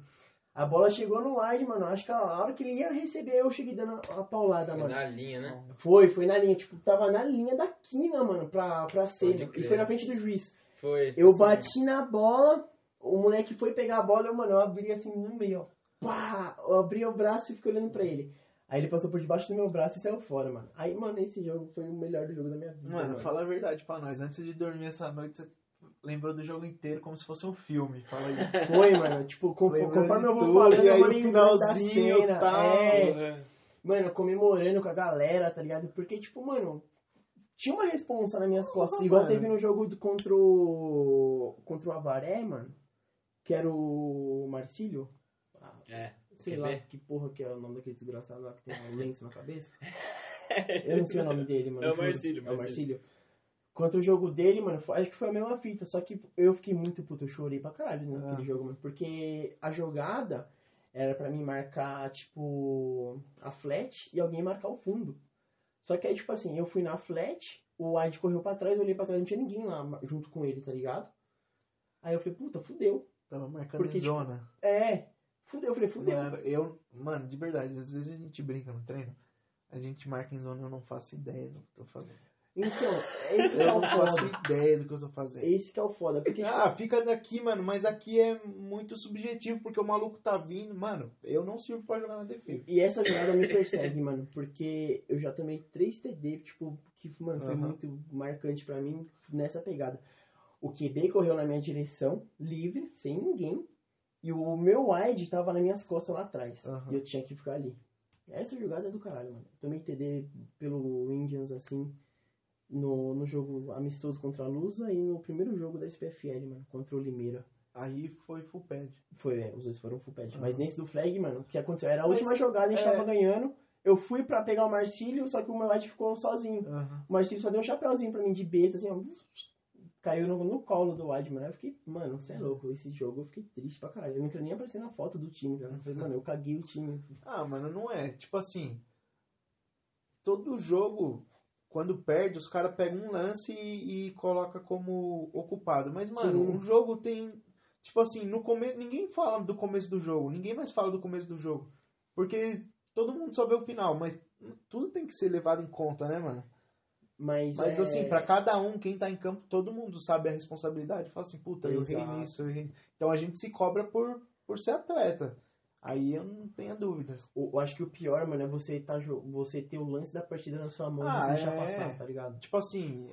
A bola chegou no Wide, mano. Acho que a hora que ele ia receber, eu cheguei dando a paulada,
Foi
mano.
na linha, né?
Foi, foi na linha. Tipo, tava na linha da quina, mano, pra, pra ser. E
crer.
foi na frente do juiz.
Foi.
Eu
Assim, né?
Sim.
bati na bola, o moleque foi pegar a bola, eu, mano, eu abri assim no meio, ó. Pá! Eu abri o braço e fiquei olhando pra ele. Aí ele passou por debaixo do meu braço e saiu fora, mano. Aí, mano, esse jogo foi o melhor jogo da minha vida.
Mano,
Mano,
fala a verdade pra nós. Antes de dormir essa noite, você lembrou do jogo inteiro como se fosse um filme. Fala aí.
Foi, mano. Tipo, com-
Lembrando
conforme
de
eu vou
tudo,
falando,
e
eu
aí
vou
no
lembrando da
finalzinho,
cena.
tal.
É,
Porra.
mano, comemorando com a galera, tá ligado? Porque, tipo, mano, tinha uma responsa nas minhas costas. Igual
mano.
teve no jogo do- contra o. contra o Avaré, mano. Que era o Marcílio. Ah,
É.
Sei
Quer
lá
ver?
que porra que é o nome daquele desgraçado lá que tem um lenço na cabeça. Eu não sei o nome dele, mano.
É o
eu juro.
Marcílio,
É o
Marcílio.
Marcílio. Quanto ao jogo dele, mano, foi- acho que foi a mesma fita. Só que eu fiquei muito puto, eu chorei pra caralho né, naquele
Ah.
jogo, mano. Porque a jogada era pra mim marcar, tipo, a flat e alguém marcar o fundo. Só que aí, tipo assim, eu fui na flat, o Ad correu pra trás, eu olhei pra trás, não tinha ninguém lá junto com ele, tá ligado? Aí eu falei, puta, fudeu.
Tava marcando
Porque, tipo,
zona.
É, fudeu, eu falei, fudeu.
Mano, eu, mano, de verdade, às vezes a gente brinca no treino, a gente marca em zona e eu não faço ideia do que eu tô fazendo.
Então, esse que é
Eu
o
não faço
foda.
ideia do que eu tô fazendo.
Esse que é o foda. Porque, tipo,
Ah, fica daqui, mano, mas aqui é muito subjetivo porque o maluco tá vindo. Mano, eu não sirvo pra jogar na defesa.
E essa jogada me persegue, mano, porque eu já tomei 3 TD, tipo, que, mano, foi
Aham.
muito marcante pra mim nessa pegada. O QB correu na minha direção, livre, sem ninguém, e o meu wide tava nas minhas costas lá atrás,
Aham.
e eu tinha que ficar ali. Essa jogada é do caralho, mano. Tomei TD pelo Indians, assim, no, no jogo amistoso contra a Lusa e no primeiro jogo da SPFL, mano, contra o Limeira.
Aí foi full pad.
Foi, é, os dois foram full pad.
Aham.
Mas nesse do flag, mano, o que aconteceu? Era a
Ah. Mas,
última jogada, a gente
é.
tava ganhando. Eu fui pra pegar o Marcílio, só que o meu lado ficou sozinho.
Aham.
O Marcílio só deu um chapéuzinho pra mim de besta, assim, ó. Caiu no, no colo do Wad, mano. Eu fiquei, mano, você é louco. Esse jogo eu fiquei triste pra caralho. Eu não queria nem aparecer na foto do time, cara. Eu falei, mano, eu caguei o time.
Ah, mano, não é. Tipo assim, todo jogo, quando perde, os caras pegam um lance e, e coloca como ocupado. Mas, mano,
Sim.
o jogo tem. Tipo assim, no começo. Ninguém fala do começo do jogo. Ninguém mais fala do começo do jogo. Porque todo mundo só vê o final, mas tudo tem que ser levado em conta, né, mano?
Mas,
Mas
é,
assim, pra cada um, quem tá em campo, todo mundo sabe a responsabilidade. Fala assim, puta, eu errei
Exato.
nisso, eu errei. Então a gente se cobra por, por ser atleta. Aí eu não tenho dúvidas.
Eu, eu acho que o pior, mano, é você, tá, jo- você ter o lance da partida na sua mão e
Ah,
você deixar
é.
passar, tá ligado?
Tipo assim,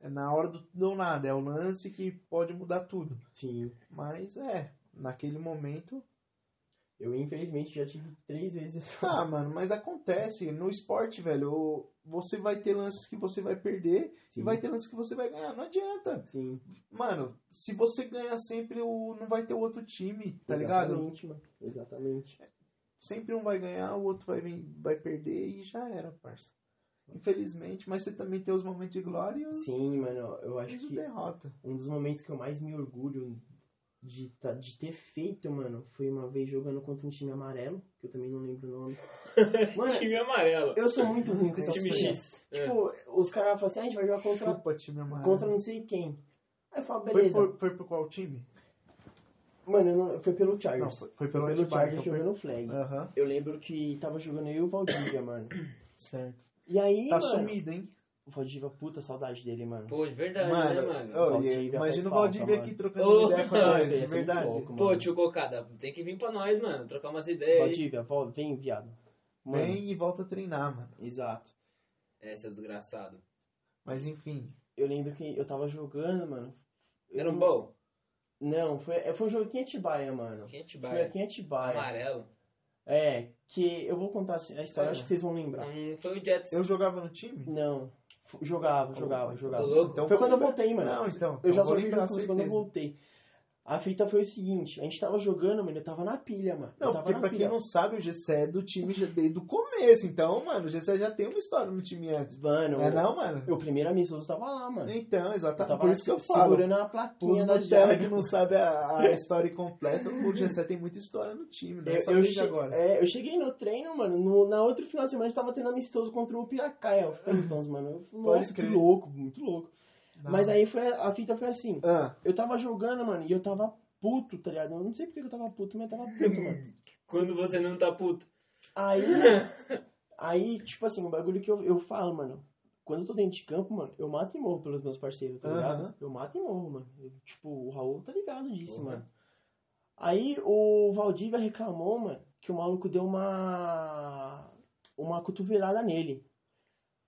é, é na hora do tudo ou nada, é o lance que pode mudar tudo.
Sim.
Mas é, naquele momento.
Eu, infelizmente, já tive três vezes essa.
Ah, mano, mas acontece. No esporte, velho, o- você vai ter lances que você vai perder e
Sim.
vai ter lances que você vai ganhar. Não adianta.
Sim.
Mano, se você ganhar sempre, o... não vai ter outro time, tá ligado?
Exatamente, mano. Exatamente.
sempre um vai ganhar, o outro vai, vem- vai perder e já era, parça. Infelizmente, mas você também tem os momentos de glória e os
Sim, mano, eu acho
e os de
que
derrota.
um dos momentos que eu mais me orgulho de, tá- de ter feito, mano, foi uma vez jogando contra um time amarelo, que eu também não lembro o nome. Mano,
Time amarelo.
eu sou muito ruim com essas
Time
coisas.
X. É.
Tipo, os caras falam assim, "Ah, a gente vai jogar contra,
Chupa, time amarelo.
contra não sei quem. Aí eu falo,
foi,
beleza.
por, foi por qual time?
Mano, eu não- foi pelo Chargers.
Não, foi, foi pelo
pelo
Atibaia.
Chargers
então foi-
jogando flag.
Aham,
Eu lembro que tava jogando eu e o Valdívia, mano.
certo.
E aí,
Tá
mano...
sumido, hein?
O Valdívia, puta saudade dele, mano.
Pô, de verdade, né,
é,
mano?
oh,
Valdívia
yeah, imagina o
faz falta,
Valdívia aqui
mano.
trocando
Ô,
uma ideia com nós,
Ia ser
de
é muito
verdade.
louco,
Pô,
mano.
tio Cocada, tem que vir pra nós, mano. Trocar umas ideias aí.
Valdívia, volta, vem, viado. Mano,
Vem e volta a treinar, mano.
Exato.
É, seu desgraçado.
Mas enfim,
Eu lembro que eu tava jogando, mano.
Era um bom?
Não, foi, é, foi um jogo aqui em Atibaia, mano.
Quem te
Foi
vai?
aqui em Atibaia.
Amarelo.
É, que eu vou contar assim, a história,
Ah.
acho que vocês vão lembrar.
Então, foi o Jets.
eu jogava no time?
Não, f- jogava, jogava, jogava.
Tô louco.
Então
Foi quando eu
vou-
voltei, mano.
Não, então.
Eu já
vou
joguei
lembrar,
junto com vocês quando eu
certeza.
voltei. A fita foi o seguinte, a gente tava jogando, mano, eu tava na pilha, mano.
Não,
eu tava
porque
na
pra quem
pilha.
não sabe, o Gessé é do time já desde o começo. Então, mano, o Gessé já tem uma história no time antes.
Mano,
Não é não, mano?
o primeiro amistoso tava lá, mano.
Então,
Eu
exatamente.
tava
Por
lá
isso que eu falo.
segurando a
Os
plaquinha da
Nutella
Jardim.
que não sabe a, a história completa, o Gessé tem muita história no time, né? Só desde
che-
agora.
é, eu cheguei no treino, mano, no, na outra final de semana eu tava tendo amistoso contra o Piracaia, o Fentons, mano. Eu falei,
Pode
Nossa, que
crer.
louco, muito louco.
Não.
Mas aí foi, a a fita foi assim,
Ah,
eu tava jogando, mano, e eu tava puto, tá ligado? Eu não sei porque que eu tava puto, mas eu tava puto, mano.
Quando você não tá puto.
Aí, aí tipo assim, o bagulho que eu, eu falo, mano, quando eu tô dentro de campo, mano, eu mato e morro pelos meus parceiros, tá ligado?
Aham.
Eu mato e morro, mano. Eu, tipo, o Raul tá ligado disso,
Porra.
mano. Aí o Valdívia reclamou, mano, que o maluco deu uma. uma cotovelada nele.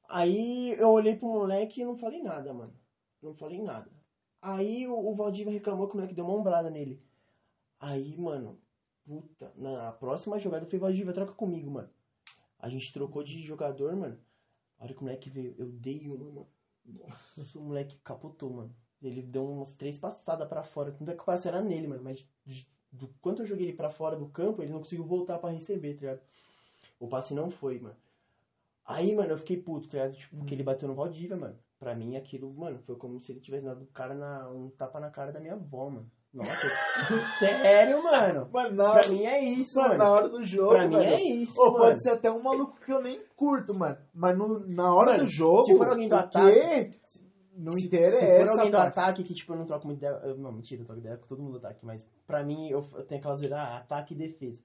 Aí eu olhei pro moleque e não falei nada, mano. Não falei nada. Aí o, o Valdívia reclamou que o moleque deu uma ombrada nele. Aí, mano, puta, na próxima jogada eu falei, Valdívia, troca comigo, mano. A gente trocou de jogador, mano. A hora que o moleque veio, eu dei uma, mano. Nossa, o moleque capotou, mano. Ele deu umas três passadas pra fora. Tanto é que o passe era nele, mano. Mas de- do quanto eu joguei ele pra fora do campo, ele não conseguiu voltar pra receber, tá ligado? O passe não foi, mano. Aí, mano, eu fiquei puto, tá ligado? Tipo, porque ele bateu no Valdívia, mano. Pra mim, aquilo, mano, foi como se ele tivesse dado o cara na, um tapa na cara da minha avó, mano. Nossa, sério, mano.
Mano, na
Pra
hora,
mim é isso,
mano, na
mano.
hora do jogo,
Pra mim
velho.
é isso,
Ô,
mano.
pode ser até um maluco que eu nem curto, mano. Mas no- na hora
Mano,
do jogo,
se for alguém do
o
ataque-
quê? não
Se-
interessa.
Se for alguém do
parça.
ataque que, tipo, eu não troco muito ideia. eu- Não, mentira, eu troco ideia com todo mundo do ataque, mas pra mim eu, eu tenho aquelas vezes, ah, ataque e defesa.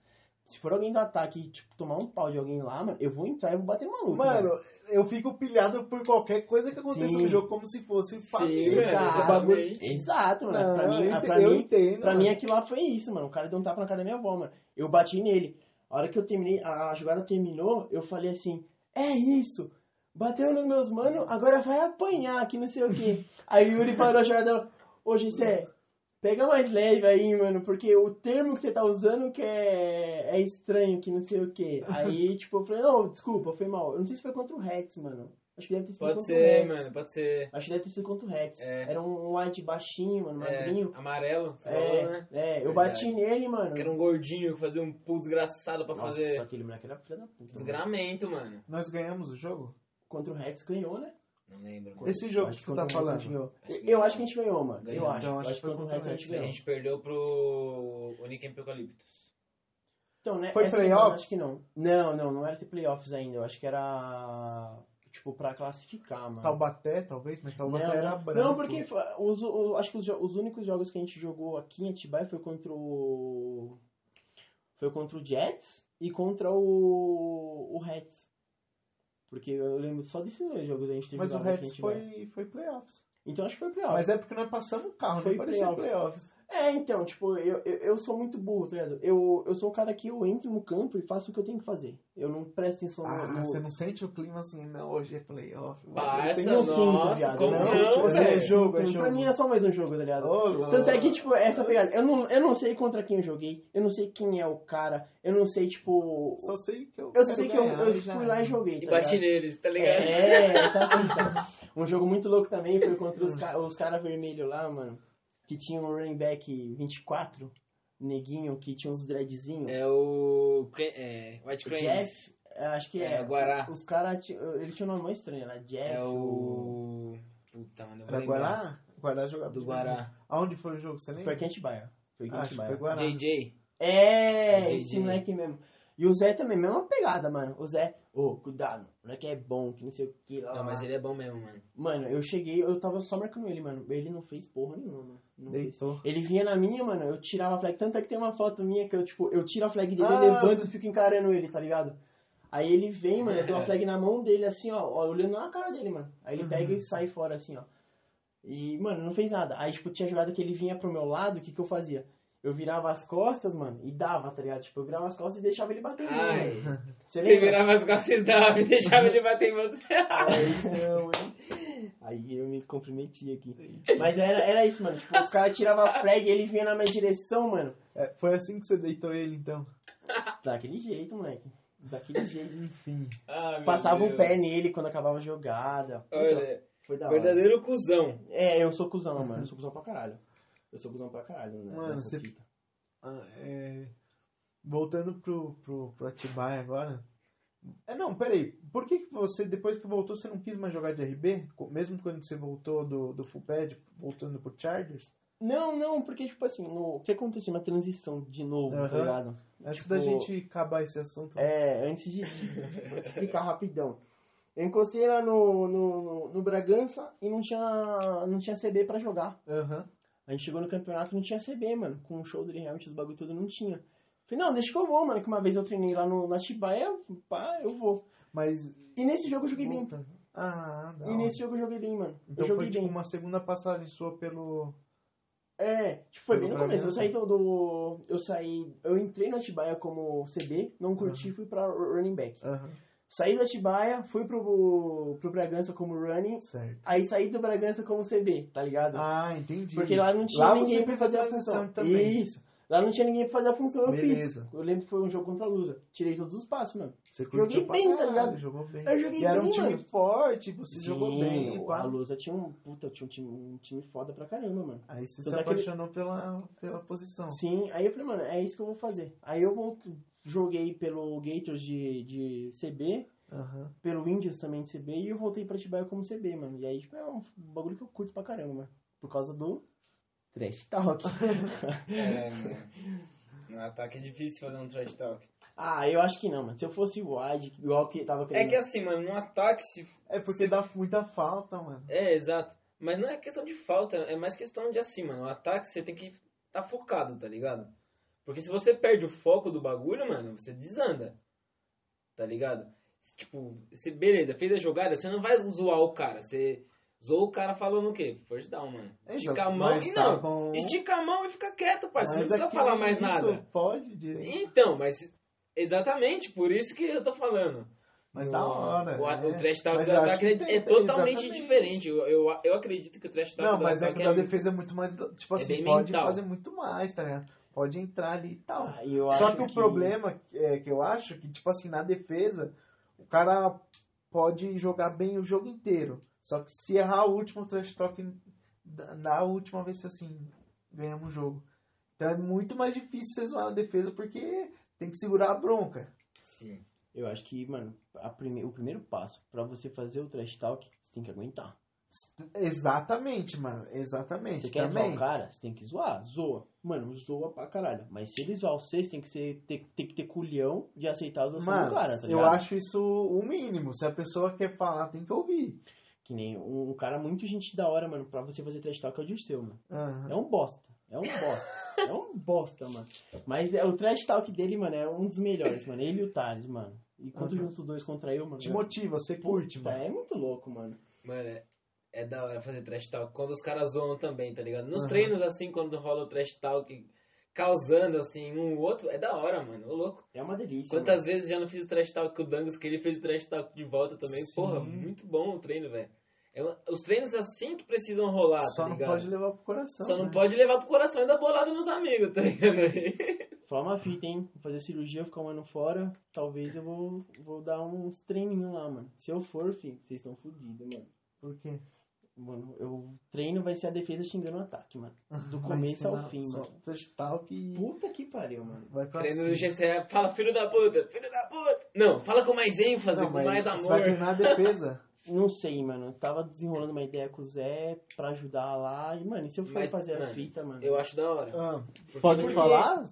Se for alguém do ataque e, tipo, tomar um pau de alguém lá, mano, eu vou entrar e vou bater no maluco.
Mano, eu fico pilhado por qualquer coisa que aconteça
Sim.
no jogo, como se fosse família.
velho,
cara.
exato. Exato, mano.
Não,
pra mim,
eu
ah,
ente-
pra
eu
mim,
entendo,
pra
mano.
mim é aquilo lá foi isso, mano. O cara deu um tapa na cara da minha avó, mano. Eu bati nele. A hora que eu terminei, a jogada terminou, eu falei assim, é isso! Bateu nos meus mano, agora vai apanhar aqui, não sei o quê. Aí o Yuri parou a jogada, ô Gessé, pega mais leve aí, mano, porque o termo que você tá usando que é, é estranho, que não sei o quê. Aí, tipo, eu falei, não, desculpa, foi mal. Eu não sei se foi contra o Rex, mano. Acho que deve ter sido
Pode
contra o
ser,
Rex.
mano, pode ser.
Acho que deve ter sido contra o Rex.
É.
Era um white baixinho, mano,
É,
magrinho.
amarelo, você
É,
falou, né?
é, eu
Verdade.
bati nele, mano.
Que era um gordinho que fazia um pulo desgraçado pra
Nossa,
fazer
aquele moleque era filho da puta. mano.
desgramento, mano.
Nós ganhamos o jogo?
Contra o Rex ganhou, né?
Não lembro. mano.
Esse jogo
Acho
que você
contra
tá
o Rex a gente
falando.
ganhou.
Acho que-
Eu acho que a gente ganhou, mano.
Ganhou.
Eu acho.
Então,
acho que foi contra o Rex a gente
A
ganhou.
gente perdeu pro Unique Apocaliptus.
Então, né?
Foi
essa
playoffs?
semana, Acho que não. Não, não, não era ter playoffs ainda. Eu acho que era. Tipo, pra classificar, mano.
Taubaté, talvez, mas
Não,
Taubaté era
Né, não.
branco.
Não, porque foi- os, o- acho que os, jo- os únicos jogos que a gente jogou aqui em Atibaia foi contra o. Foi contra o Jets e contra o. o Reds. Porque eu lembro só desses dois jogos a gente teve
Mas o
jogado aqui em
Reds
Atibaia.
foi, foi playoffs.
Então acho que foi playoff.
Mas é porque nós passamos o carro,
Foi
não parecia
playoffs.
playoffs.
É, então, tipo, eu, eu, eu sou muito burro, tá ligado? Eu, eu sou o cara que eu entro no campo e faço o que eu tenho que fazer. Eu não presto atenção no-
Ah,
no.
você não sente o clima assim, não, hoje é playoff.
Parça,
um
Ah, Eu sinto,
nossa,
viado.
como
tá não,
não,
tipo,
velho?
eu
É jogo,
sinto.
é jogo.
Pra mim é só mais um jogo, tá ligado?
Ô,
Tanto é que,
louco.
tipo, essa pegada. Eu não, eu não sei contra quem eu joguei, eu não sei quem é o cara, eu não sei, tipo.
Só sei que eu.
Eu só sei que
quero
eu,
ganhar,
eu
já
fui lá
era.
e joguei.
E
Tá
bati
ligado?
neles, tá ligado?
É, tá ligado? Um jogo muito louco também foi contra os, ca os caras vermelhos lá, mano. Que tinha um running back 24, neguinho, que tinha uns dreadzinhos.
É o. Cra- É, White
o
Cranes.
Jeff, acho que é.
É, o Guará.
Os caras. ti- Ele tinha um nome mais estranho, era Jeff.
É o. Puta, mano, eu vou
Era
lembrar.
Guará? Guará jogava.
Do
de-
Guará.
Aonde foi o jogo? Você lembra?
né? Foi Kent Bayer. Foi
Ah, acho
Kent
que
Bayer.
foi Guará.
JJ.
É,
Entendi.
esse moleque mesmo. E o Zé também, mesma pegada, mano. O Zé, ô, cuidado, o moleque é bom, que não sei o que lá.
Não,
lá.
mas ele é bom mesmo, mano.
Mano, eu cheguei, eu tava só marcando ele, mano. Ele não fez porra nenhuma, mano. Não fez.
Deitou.
Ele vinha na minha, mano, eu tirava a flag. Tanto é que tem uma foto minha que eu, tipo, eu tiro a flag dele,
Ah,
levanto
você-
e fico encarando ele, tá ligado? Aí ele vem, mano, eu tenho uma flag na mão dele, assim, ó, ó, olhando na cara dele, mano. Aí ele
Uhum.
pega e sai fora, assim, ó. E, mano, não fez nada. Aí, tipo, tinha jogada que ele vinha pro meu lado, o que que eu fazia? Eu virava as costas, mano, e dava, tá ligado? Tipo, eu virava as costas e deixava ele bater em mim,
Ai.
mano. Você
Você
lembra?
virava as costas da e deixava ele bater em você.
Aí eu me comprometi aqui. Mas era, era isso, mano. Tipo, os caras tiravam a flag e ele vinha na minha direção, mano.
É, foi assim que você deitou ele, então.
Daquele jeito, moleque. Daquele jeito.
Enfim.
Ah, meu
Passava o
Deus.
pé nele quando acabava a jogada. Puta,
Olha,
foi da hora.
verdadeiro cuzão.
É, eu sou cuzão, mano. Eu sou cuzão pra caralho. Eu sou cuzão pra caralho, né?
Mano,
nessa
você-
fita.
Ah, é, Voltando pro, pro, pro Atibaia agora. É, não, peraí. Por que, que você, depois que voltou, você não quis mais jogar de RB? Co- Mesmo quando você voltou do, do Full Pad, voltando pro Chargers?
Não, não, porque, tipo assim, no... o que aconteceu? Uma transição de novo, tá
Aham.
ligado?
Antes
Tipo,
da gente acabar esse assunto.
É, antes de de- vou te explicar rapidão. Eu encostei lá no, no, no- no Bragança e não tinha, não tinha CB pra jogar.
Aham.
A gente chegou no campeonato e não tinha CB, mano. Com o shoulder helmet, os bagulho tudo, não tinha. Falei, não, deixa que eu vou, mano. Que uma vez eu treinei lá no, na Atibaia, pá, eu vou.
Mas.
E nesse jogo eu joguei bem.
volta- Ah, não.
E nesse jogo eu joguei bem, mano.
Então foi
eu joguei
tipo
bem.
uma segunda passagem sua pelo.
É, tipo, foi
Pelo
bem no começo. Eu
Bragança.
saí do, do- Eu saí. Eu entrei na Atibaia como CB, não curti, fui pra running back.
Aham.
Saí da Atibaia, fui pro, pro Bragança como running,
Certo.
aí saí do Bragança como CB, tá ligado?
Ah, entendi.
Porque lá não tinha
Lá você
ninguém pra
fez
fazer
a
a
transição
função.
também.
Isso. Lá não tinha ninguém pra fazer a função, eu
Beleza.
fiz. Eu lembro que foi um jogo contra a Lusa. Tirei todos os passos, mano.
Você
Joguei
curtiu pra
bem, tá
caralho,
ligado?
Jogou bem.
Eu joguei
e era um
bem,
time
mano.
forte, você jogou bem.
o-
pá.
a Lusa tinha um. Puta, tinha um time, um time foda pra caramba, mano.
Aí você
Tanto
se
é que ele-
apaixonou pela, pela posição.
Sim, aí eu falei, mano, é isso que eu vou fazer. Aí eu volto, joguei pelo Gators de, de CB,
Aham.
pelo Indians também de CB, e eu voltei pra Atibaia como CB, mano. E aí, tipo, é um bagulho que eu curto pra caramba, mano. Por causa do Trash talk.
É, mano. No ataque é difícil fazer um trash talk.
ah, eu acho que não, mano. Se eu fosse o Wide, igual que tava
É
querendo.
que assim, mano, no ataque se.
É porque dá muita falta, mano.
É, exato. Mas não é questão de falta, é mais questão de assim, mano. No ataque você tem que tá focado, tá ligado? Porque se você perde o foco do bagulho, mano, você desanda. Tá ligado? Tipo, você, beleza, fez a jogada, você não vai zoar o cara. Você zoou o cara falando o quê? First down, mano.
É,
Estica a
exato,
mão
mas
e
tá
não.
bom.
Estica a mão e fica quieto, parceiro.
Mas
Não precisa
aqui
falar
nem
mais
isso
nada.
Pode direito.
Então, mas exatamente por isso que eu tô falando.
Mas
No-
da hora.
O, a-
né?
o trash talk
Mas
do
eu acho
ataque
que
é,
tem-
é totalmente
exatamente.
diferente. Eu, eu, eu acredito que o trash talk
Não,
do
mas é que
ataque
da defesa é muito mais. Tipo
É
assim,
bem
pode
mental.
fazer muito mais, tá ligado? Pode entrar ali e tal.
Ah, eu
Só
acho
que o problema é que eu acho que, tipo assim, na defesa, o cara pode jogar bem o jogo inteiro. Só que se errar o último trash talk da- na última vez, assim, ganhamos o jogo. Então é muito mais difícil você zoar na defesa porque tem que segurar a bronca.
Sim.
Eu acho que, mano, a prime- o primeiro passo pra você fazer o trash talk, você tem que aguentar.
Exatamente, mano. Exatamente.
Você quer zoar
também.
o cara, você tem que zoar. Zoa. Mano, zoa pra caralho. Mas se ele zoar você, você tem que, ser, ter, tem que ter culhão de aceitar a zoação
Mano,
do cara, tá
eu
ligado?
acho isso o mínimo. Se a pessoa quer falar, tem que ouvir.
Que nem um, um cara muito gente da hora, mano, pra você fazer trash talk é o Dirceu, mano.
Aham.
É um bosta. É um bosta. É um bosta, mano. Mas é, o trash talk dele, mano, é um dos melhores, mano. Ele e o Thales, mano. E quanto
Aham.
juntos os dois contra eu, mano.
Te motiva, você curte,
Puta,
mano.
é muito louco, mano.
Mano, é, é da hora fazer trash talk quando os caras zoam também, tá ligado? Nos
Aham.
treinos, assim, quando rola o trash talk causando, assim, um ou outro, é da hora, mano. Ô louco.
É uma delícia.
Quantas vezes já não fiz trash talk com o Dangos, que ele fez o trash talk de volta também.
Sim.
Porra, muito bom o treino, velho. É um- os treinos assim que precisam rolar,
Só
tá
não
ligado?
pode levar pro coração.
Só não
né?
pode levar pro coração e dar bolada nos amigos, tá ligado?
mano. Falar uma fita, hein? Vou fazer cirurgia, ficar um ano fora. Talvez eu vou, vou dar uns treininhos lá, mano. Se eu for, fi, vocês estão fodidos, mano.
Por quê?
Mano, eu treino vai ser a defesa xingando o ataque, mano. Do
Vai
começo ao
ensinar
fim,
só
mano.
Trash talk e
Puta que pariu, mano.
vai pra
Treino
cima.
do GCE, fala filho da puta, filho da puta. Não, fala com mais ênfase,
Não,
com
mas
mais
Você vai
amor.
treinar a defesa.
Não sei, mano. Eu tava desenrolando uma ideia com o Zé pra ajudar lá. E, mano, e se eu for
Mas,
fazer a
mano,
fita, mano?
Eu acho da hora.
Ah,
Porque-
né? pode
porque-
falar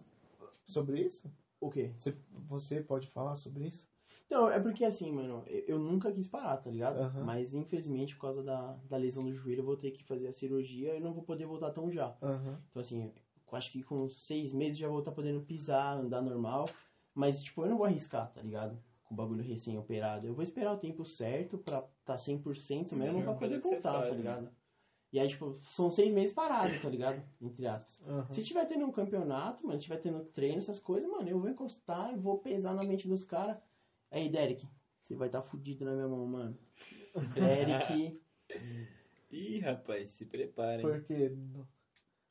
sobre isso?
O quê?
Você, você pode falar sobre isso?
Não, é porque assim, mano, eu eu nunca quis parar, tá ligado?
Aham.
Mas infelizmente, por causa da, da lesão do joelho, eu vou ter que fazer a cirurgia e não vou poder voltar tão já.
Aham.
Então, assim, eu acho que com seis meses já vou estar podendo pisar, andar normal. Mas, tipo, eu não vou arriscar, tá ligado? Com o bagulho recém-operado. Eu vou esperar o tempo certo pra tá 100% mesmo
Sim,
pra poder
coisa que você
voltar,
faz,
tá
né?
ligado? E aí, tipo, são seis meses parado, tá ligado? Entre aspas.
aham.
Se tiver tendo um campeonato, mano, tiver tendo treino, essas coisas, mano, eu vou encostar e vou pesar na mente dos caras. Aí, Derek, você vai estar tá fudido na minha mão, mano. Derek.
Ih, rapaz, se preparem.
Porque no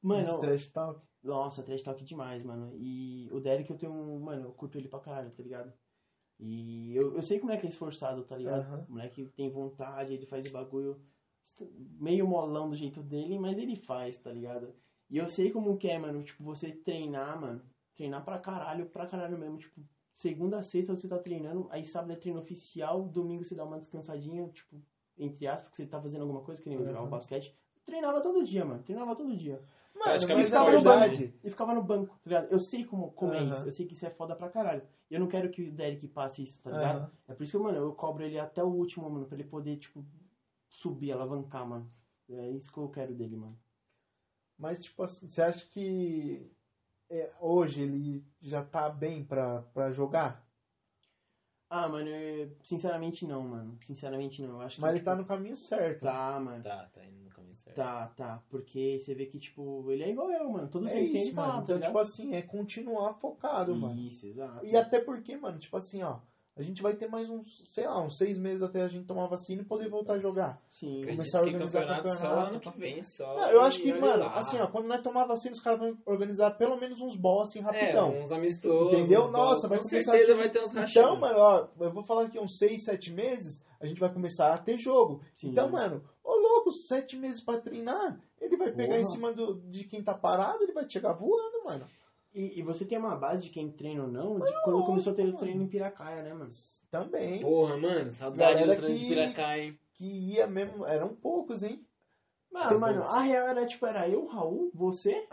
mano, tá
trash talk.
nossa, trash talk demais, mano. E o Derek eu tenho um. Mano, eu curto ele pra caralho, tá ligado? E eu, eu sei que o moleque é esforçado, tá ligado?
Aham.
O moleque tem vontade, ele faz o bagulho meio molão do jeito dele, mas ele faz, tá ligado? E eu sei como que é, mano, tipo, você treinar, mano, treinar pra caralho, pra caralho mesmo, tipo, segunda a sexta você tá treinando, aí sábado é treino oficial, domingo você dá uma descansadinha, tipo, entre aspas, que você tá fazendo alguma coisa, que nem eu
Aham.
jogava basquete. Treinava todo dia, mano, treinava todo dia.
Mano, mas
Praticamente
na
acabou, né?
verdade,
E ficava no banco, tá ligado? Eu sei como, como é
Aham.
isso, eu sei que isso é foda pra caralho. E eu não quero que o Derek passe isso, tá ligado?
aham.
É por isso que, mano, eu cobro ele até o último, mano, pra ele poder, tipo, subir, alavancar, mano. É isso que eu quero dele, mano.
mas tipo assim, você acha que é, hoje ele já tá bem pra, pra jogar?
Ah, mano, eu- sinceramente não, mano. Sinceramente não. Eu acho que.
Mas ele
tipo,
tá no caminho certo.
Tá, mano.
Tá, tá indo no caminho certo.
Tá, tá. Porque você vê que, tipo, ele é igual eu, mano. Todo
É
dia que tem,
isso,
ele tá lá,
mano.
tá
Então,
ligado? Uhum.
tipo assim, é continuar focado, mano.
Isso, exato.
E até porque, mano, tipo assim, ó, a gente vai ter mais uns, sei lá, uns seis meses até a gente tomar a vacina e poder voltar a jogar.
Sim.
Acredito
começar a
que
organizar
campeonato só
campeonato,
ano
tá?
que vem, só.
Não, eu acho
e
que,
olha
mano,
lá.
assim, ó, quando nós tomar a vacina, os caras vão organizar pelo menos uns boss assim
É,
rapidão.
uns amistosos.
Entendeu?
uns
Nossa,
gols.
vai
Com
começar
certeza
a-
vai ter uns rachão.
então, mano, ó, eu vou falar que uns seis, sete meses, a gente vai começar a ter jogo.
Sim.
Então, mano, ô louco, sete meses pra treinar, ele vai pegar
Porra.
em cima do, de quem tá parado, ele vai chegar voando, mano.
E, e você tem uma base de quem treina ou não, de quando
lógico,
começou a ter o
mano.
treino em Piracaia, né, mano?
Também,
Porra, mano, saudade
Galera
do trem
que-
de Piracá, hein?
que ia mesmo, eram poucos, hein?
Mano, Ah, mano, a real era tipo, era eu, Raul, você,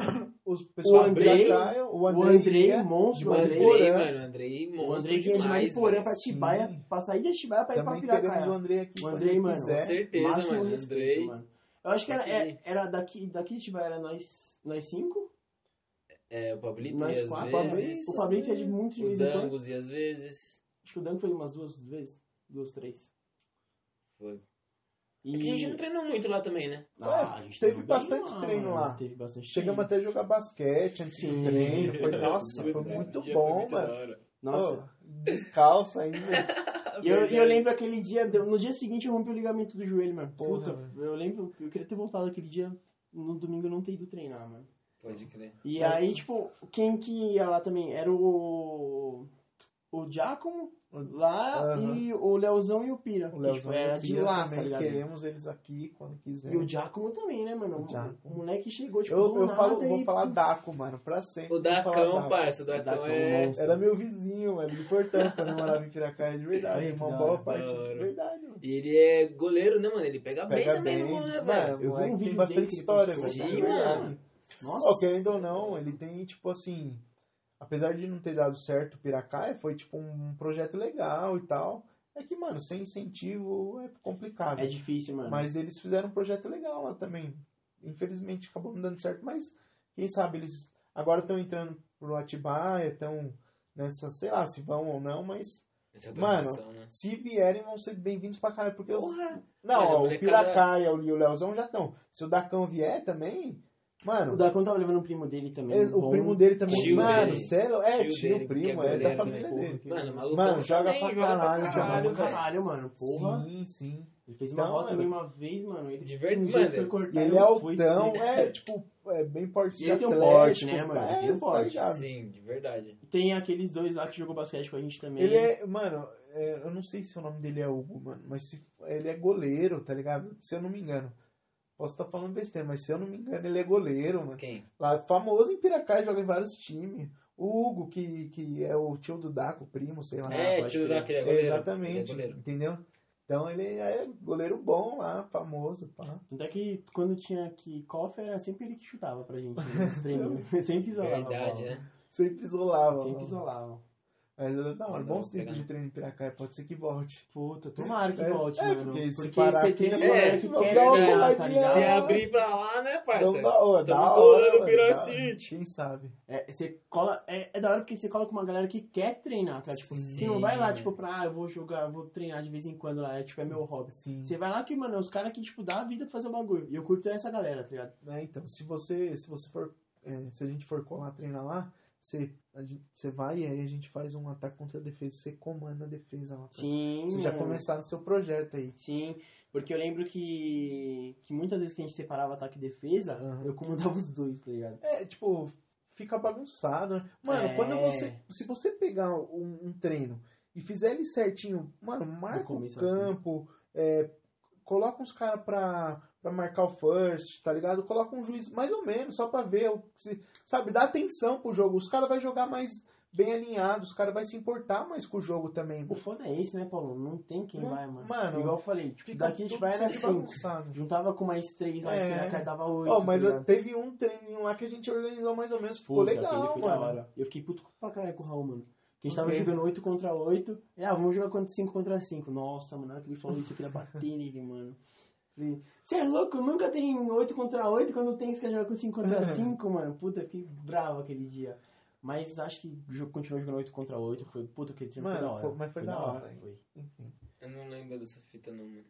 Os pessoal
Andrei-
Bracaya, o
o
Andrei,
Andrei,
ia-
monstro, o
de
Andrei.
Mariporã.
mano. Andrei, monstro
O Andrei vinha é de
demais,
Mariporã
velho.
pra Atibaia,
Sim.
pra sair de Atibaia pra ir Tá pra
Também queremos o
Piracaia.
Andrei aqui.
O Andrei,
quando
mano,
quiser.
com certeza,
Máximo
mano.
respeito,
Andrei.
mano. Eu acho que era,
Aquele-
é- era daqui, daqui de Atibaia era nós, nós cinco,
É, o Pablito
nós
ia às
quatro.
vezes.
O Fabrício é de muito de
O
vez em quando.
Dangos ia às vezes.
Acho que o Danco foi umas duas vezes, duas, três.
Foi.
E... Ah,
É que a gente não treinou muito lá também, né?
É, teve
treinou
bastante
bem
treino
mano,
lá.
Teve bastante
Chegamos até
treino.
a jogar basquete antes
Sim.
do treino. Foi, nossa, foi
Verdade.
muito
Dia
bom,
muito
mano.
da hora.
Nossa,
Pô, descalço ainda.
E eu, e
Verdade.
eu lembro aquele dia, deu- no dia seguinte eu rompi o ligamento do joelho, mano.
Porra,
Puta,
velho.
eu lembro, eu queria ter voltado aquele dia, no domingo eu não ter ido treinar, mano.
Pode crer.
E
Mas-
aí, tipo, quem que ia lá também? Era o. O Giacomo lá
Aham.
e o Leozão e o Pira.
O
que,
Léo
tipo, era de lá, tá ligado?
Queremos eles aqui quando quiser.
E o Giacomo também, né, mano?
O Giacomo.
O moleque chegou, tipo,
eu
do
eu
nada
falo,
e...
vou falar Daco, mano, pra sempre.
O
Vou falar
Dacão,
Daco.
parça. O Dacão
Dacão
é.
monstro.
Era meu vizinho, mano, de portão, quando eu morava em Piracaia, de verdade.
Ai, que
Uma
da
boa
hora.
parte,
Da hora.
de verdade, mano.
E ele é goleiro, né, mano? Ele pega, bem
Pega bem,
também no gol, né, velho?
mano,
vi um
o moleque
vídeo
tem
dele
bastante
que ele
história,
postou.
velho.
Sim,
Tá ligado?
mano.
Nossa.
Ó, querendo ou não, ele tem, tipo assim, apesar de não ter dado certo o Piracaia, foi, tipo, um projeto legal e tal. É que, mano, sem incentivo é complicado.
É difícil, mano.
Mas eles fizeram um projeto legal lá também. Infelizmente acabou não dando certo, mas quem sabe eles agora estão entrando pro Atibaia, estão nessa, sei lá, se vão ou não, mas
Essa
Mano,
transição, né?
se vierem vão ser bem-vindos pra caralho, porque os...
Porra!
Não,
Olha, a
ó, o
molecada-
Piracaia e o Leozão já estão. Se o Dacão vier também,
O
mano,
Dacon tava levando o primo dele também. um
é- o
bom.
primo dele também,
Tio
mano,
dele.
sério, é
Tio
tio,
dele, que é
primo, é da
goleiro,
família
né?
dele.
Mano, maluco.
Mano, joga
também,
pra
joga
caralho, joga
Caralho,
pra
caralho, velho.
caralho, mano. Porra.
Sim, sim.
Ele fez
Então,
uma roda
mano.
também uma vez, mano. Ele
De verdade,
um dia
mano.
foi cortar,
E ele
eu
é
fui,
altão,
né?
é tipo, é bem porte
E ele tem um
atlético,
porte, né, mano? Ele
É,
tem um
tá
porte.
ligado?
Sim, de verdade.
Tem aqueles dois lá que jogou basquete com a gente também.
Ele é, mano, é, eu não sei se o nome dele é Hugo, mano, mas se, ele é goleiro, tá ligado? Se eu não me engano. Posso estar falando besteira, mas se eu não me engano, ele é goleiro, mano.
Quem?
Lá, famoso em Piracá, joga em vários times. O Hugo, que, que é o tio do Daco, primo, sei lá.
é,
pode
tio
crer.
daquele é
É,
goleiro. Ele é
exatamente,
goleiro.
entendeu? Então ele é goleiro bom lá, famoso, pá.
Tanto é que quando tinha que cofre, era sempre ele que chutava pra gente. Né? nos treininhos. sempre isolava. a bola.
Verdade, né?
Sempre isolava.
Sempre
lá.
isolava.
Mas é da hora.
Não,
Bons
pega
tempos de
não.
treino em Piracaia, pode ser que volte.
Puta, tomara que
É,
volte,
é,
mano.
porque
Porque,
se parar
você
aqui,
treina com
é,
a galera que
vamos
quer
dar uma
ganhar, tá
olhadinha.
ligado?
Se abrir pra lá, né,
Então,
parça?
da hora,
Tamo
da
colando
hora,
o
mano,
Piracite.
da hora. Quem sabe?
É, você cola, é, é da hora porque você cola com uma galera que quer treinar, tá? Tipo, você não
Sim.
vai lá, tipo, pra, ah, eu vou jogar, eu vou treinar de vez em quando lá, é, tipo, é meu hobby.
Sim.
Você vai lá que, mano, é os caras que, tipo, dá a vida pra fazer o bagulho. E eu curto essa galera, tá ligado?
né, então, se você, se você for, é, se a gente for colar, treinar lá, você, a gente- você vai e aí a gente faz um ataque contra a defesa, você comanda a defesa lá. tá?
Sim,
Você já
mano.
começar no seu projeto aí.
Sim, porque eu lembro que, que muitas vezes que a gente separava ataque e defesa,
Aham.
eu comandava os dois, tá ligado?
É, tipo, fica bagunçado, né? Mano,
É.
quando você, se você pegar um, um treino e fizer ele certinho, mano, marca o
começo assim. ao
campo, é, coloca uns caras pra, pra marcar o first, tá ligado? Coloca um juiz mais ou menos, só pra ver, o que se- sabe? Dá atenção pro jogo, os caras vão jogar mais bem alinhados, os caras vão se importar mais com o jogo também.
O foda é esse, né, Paulo? Não tem quem
Não-
vai, mano.
mano,
Igual eu falei, tipo,
Fica
daqui a gente
tudo
vai era
sempre
cinco.
bagunçado.
Juntava com mais três, lá,
É.
é. que dava oito.
Ó, mas
tá
eu-
ligado?
teve um treininho lá que a gente organizou mais ou menos, ficou
Puta, aquele
legal,
foi da
mano.
hora. Eu fiquei puto pra caralho com o Raul, mano. Que a gente tava
Ok.
jogando 8 contra 8. É, ah, vamos jogar contra 5 contra 5. Nossa, mano, na hora que ele falou isso, eu queria bater nele, mano. Você é louco? Nunca tem 8 contra 8 quando tem que você jogar com 5 contra 5, mano. Puta, eu fiquei bravo aquele dia. Mas acho que o jogo continuou jogando 8 contra 8. Foi puta aquele time foi
Mano,
da hora.
foi- mas foi da hora, hein?
foi.
Enfim.
Eu não lembro dessa fita, não, mano.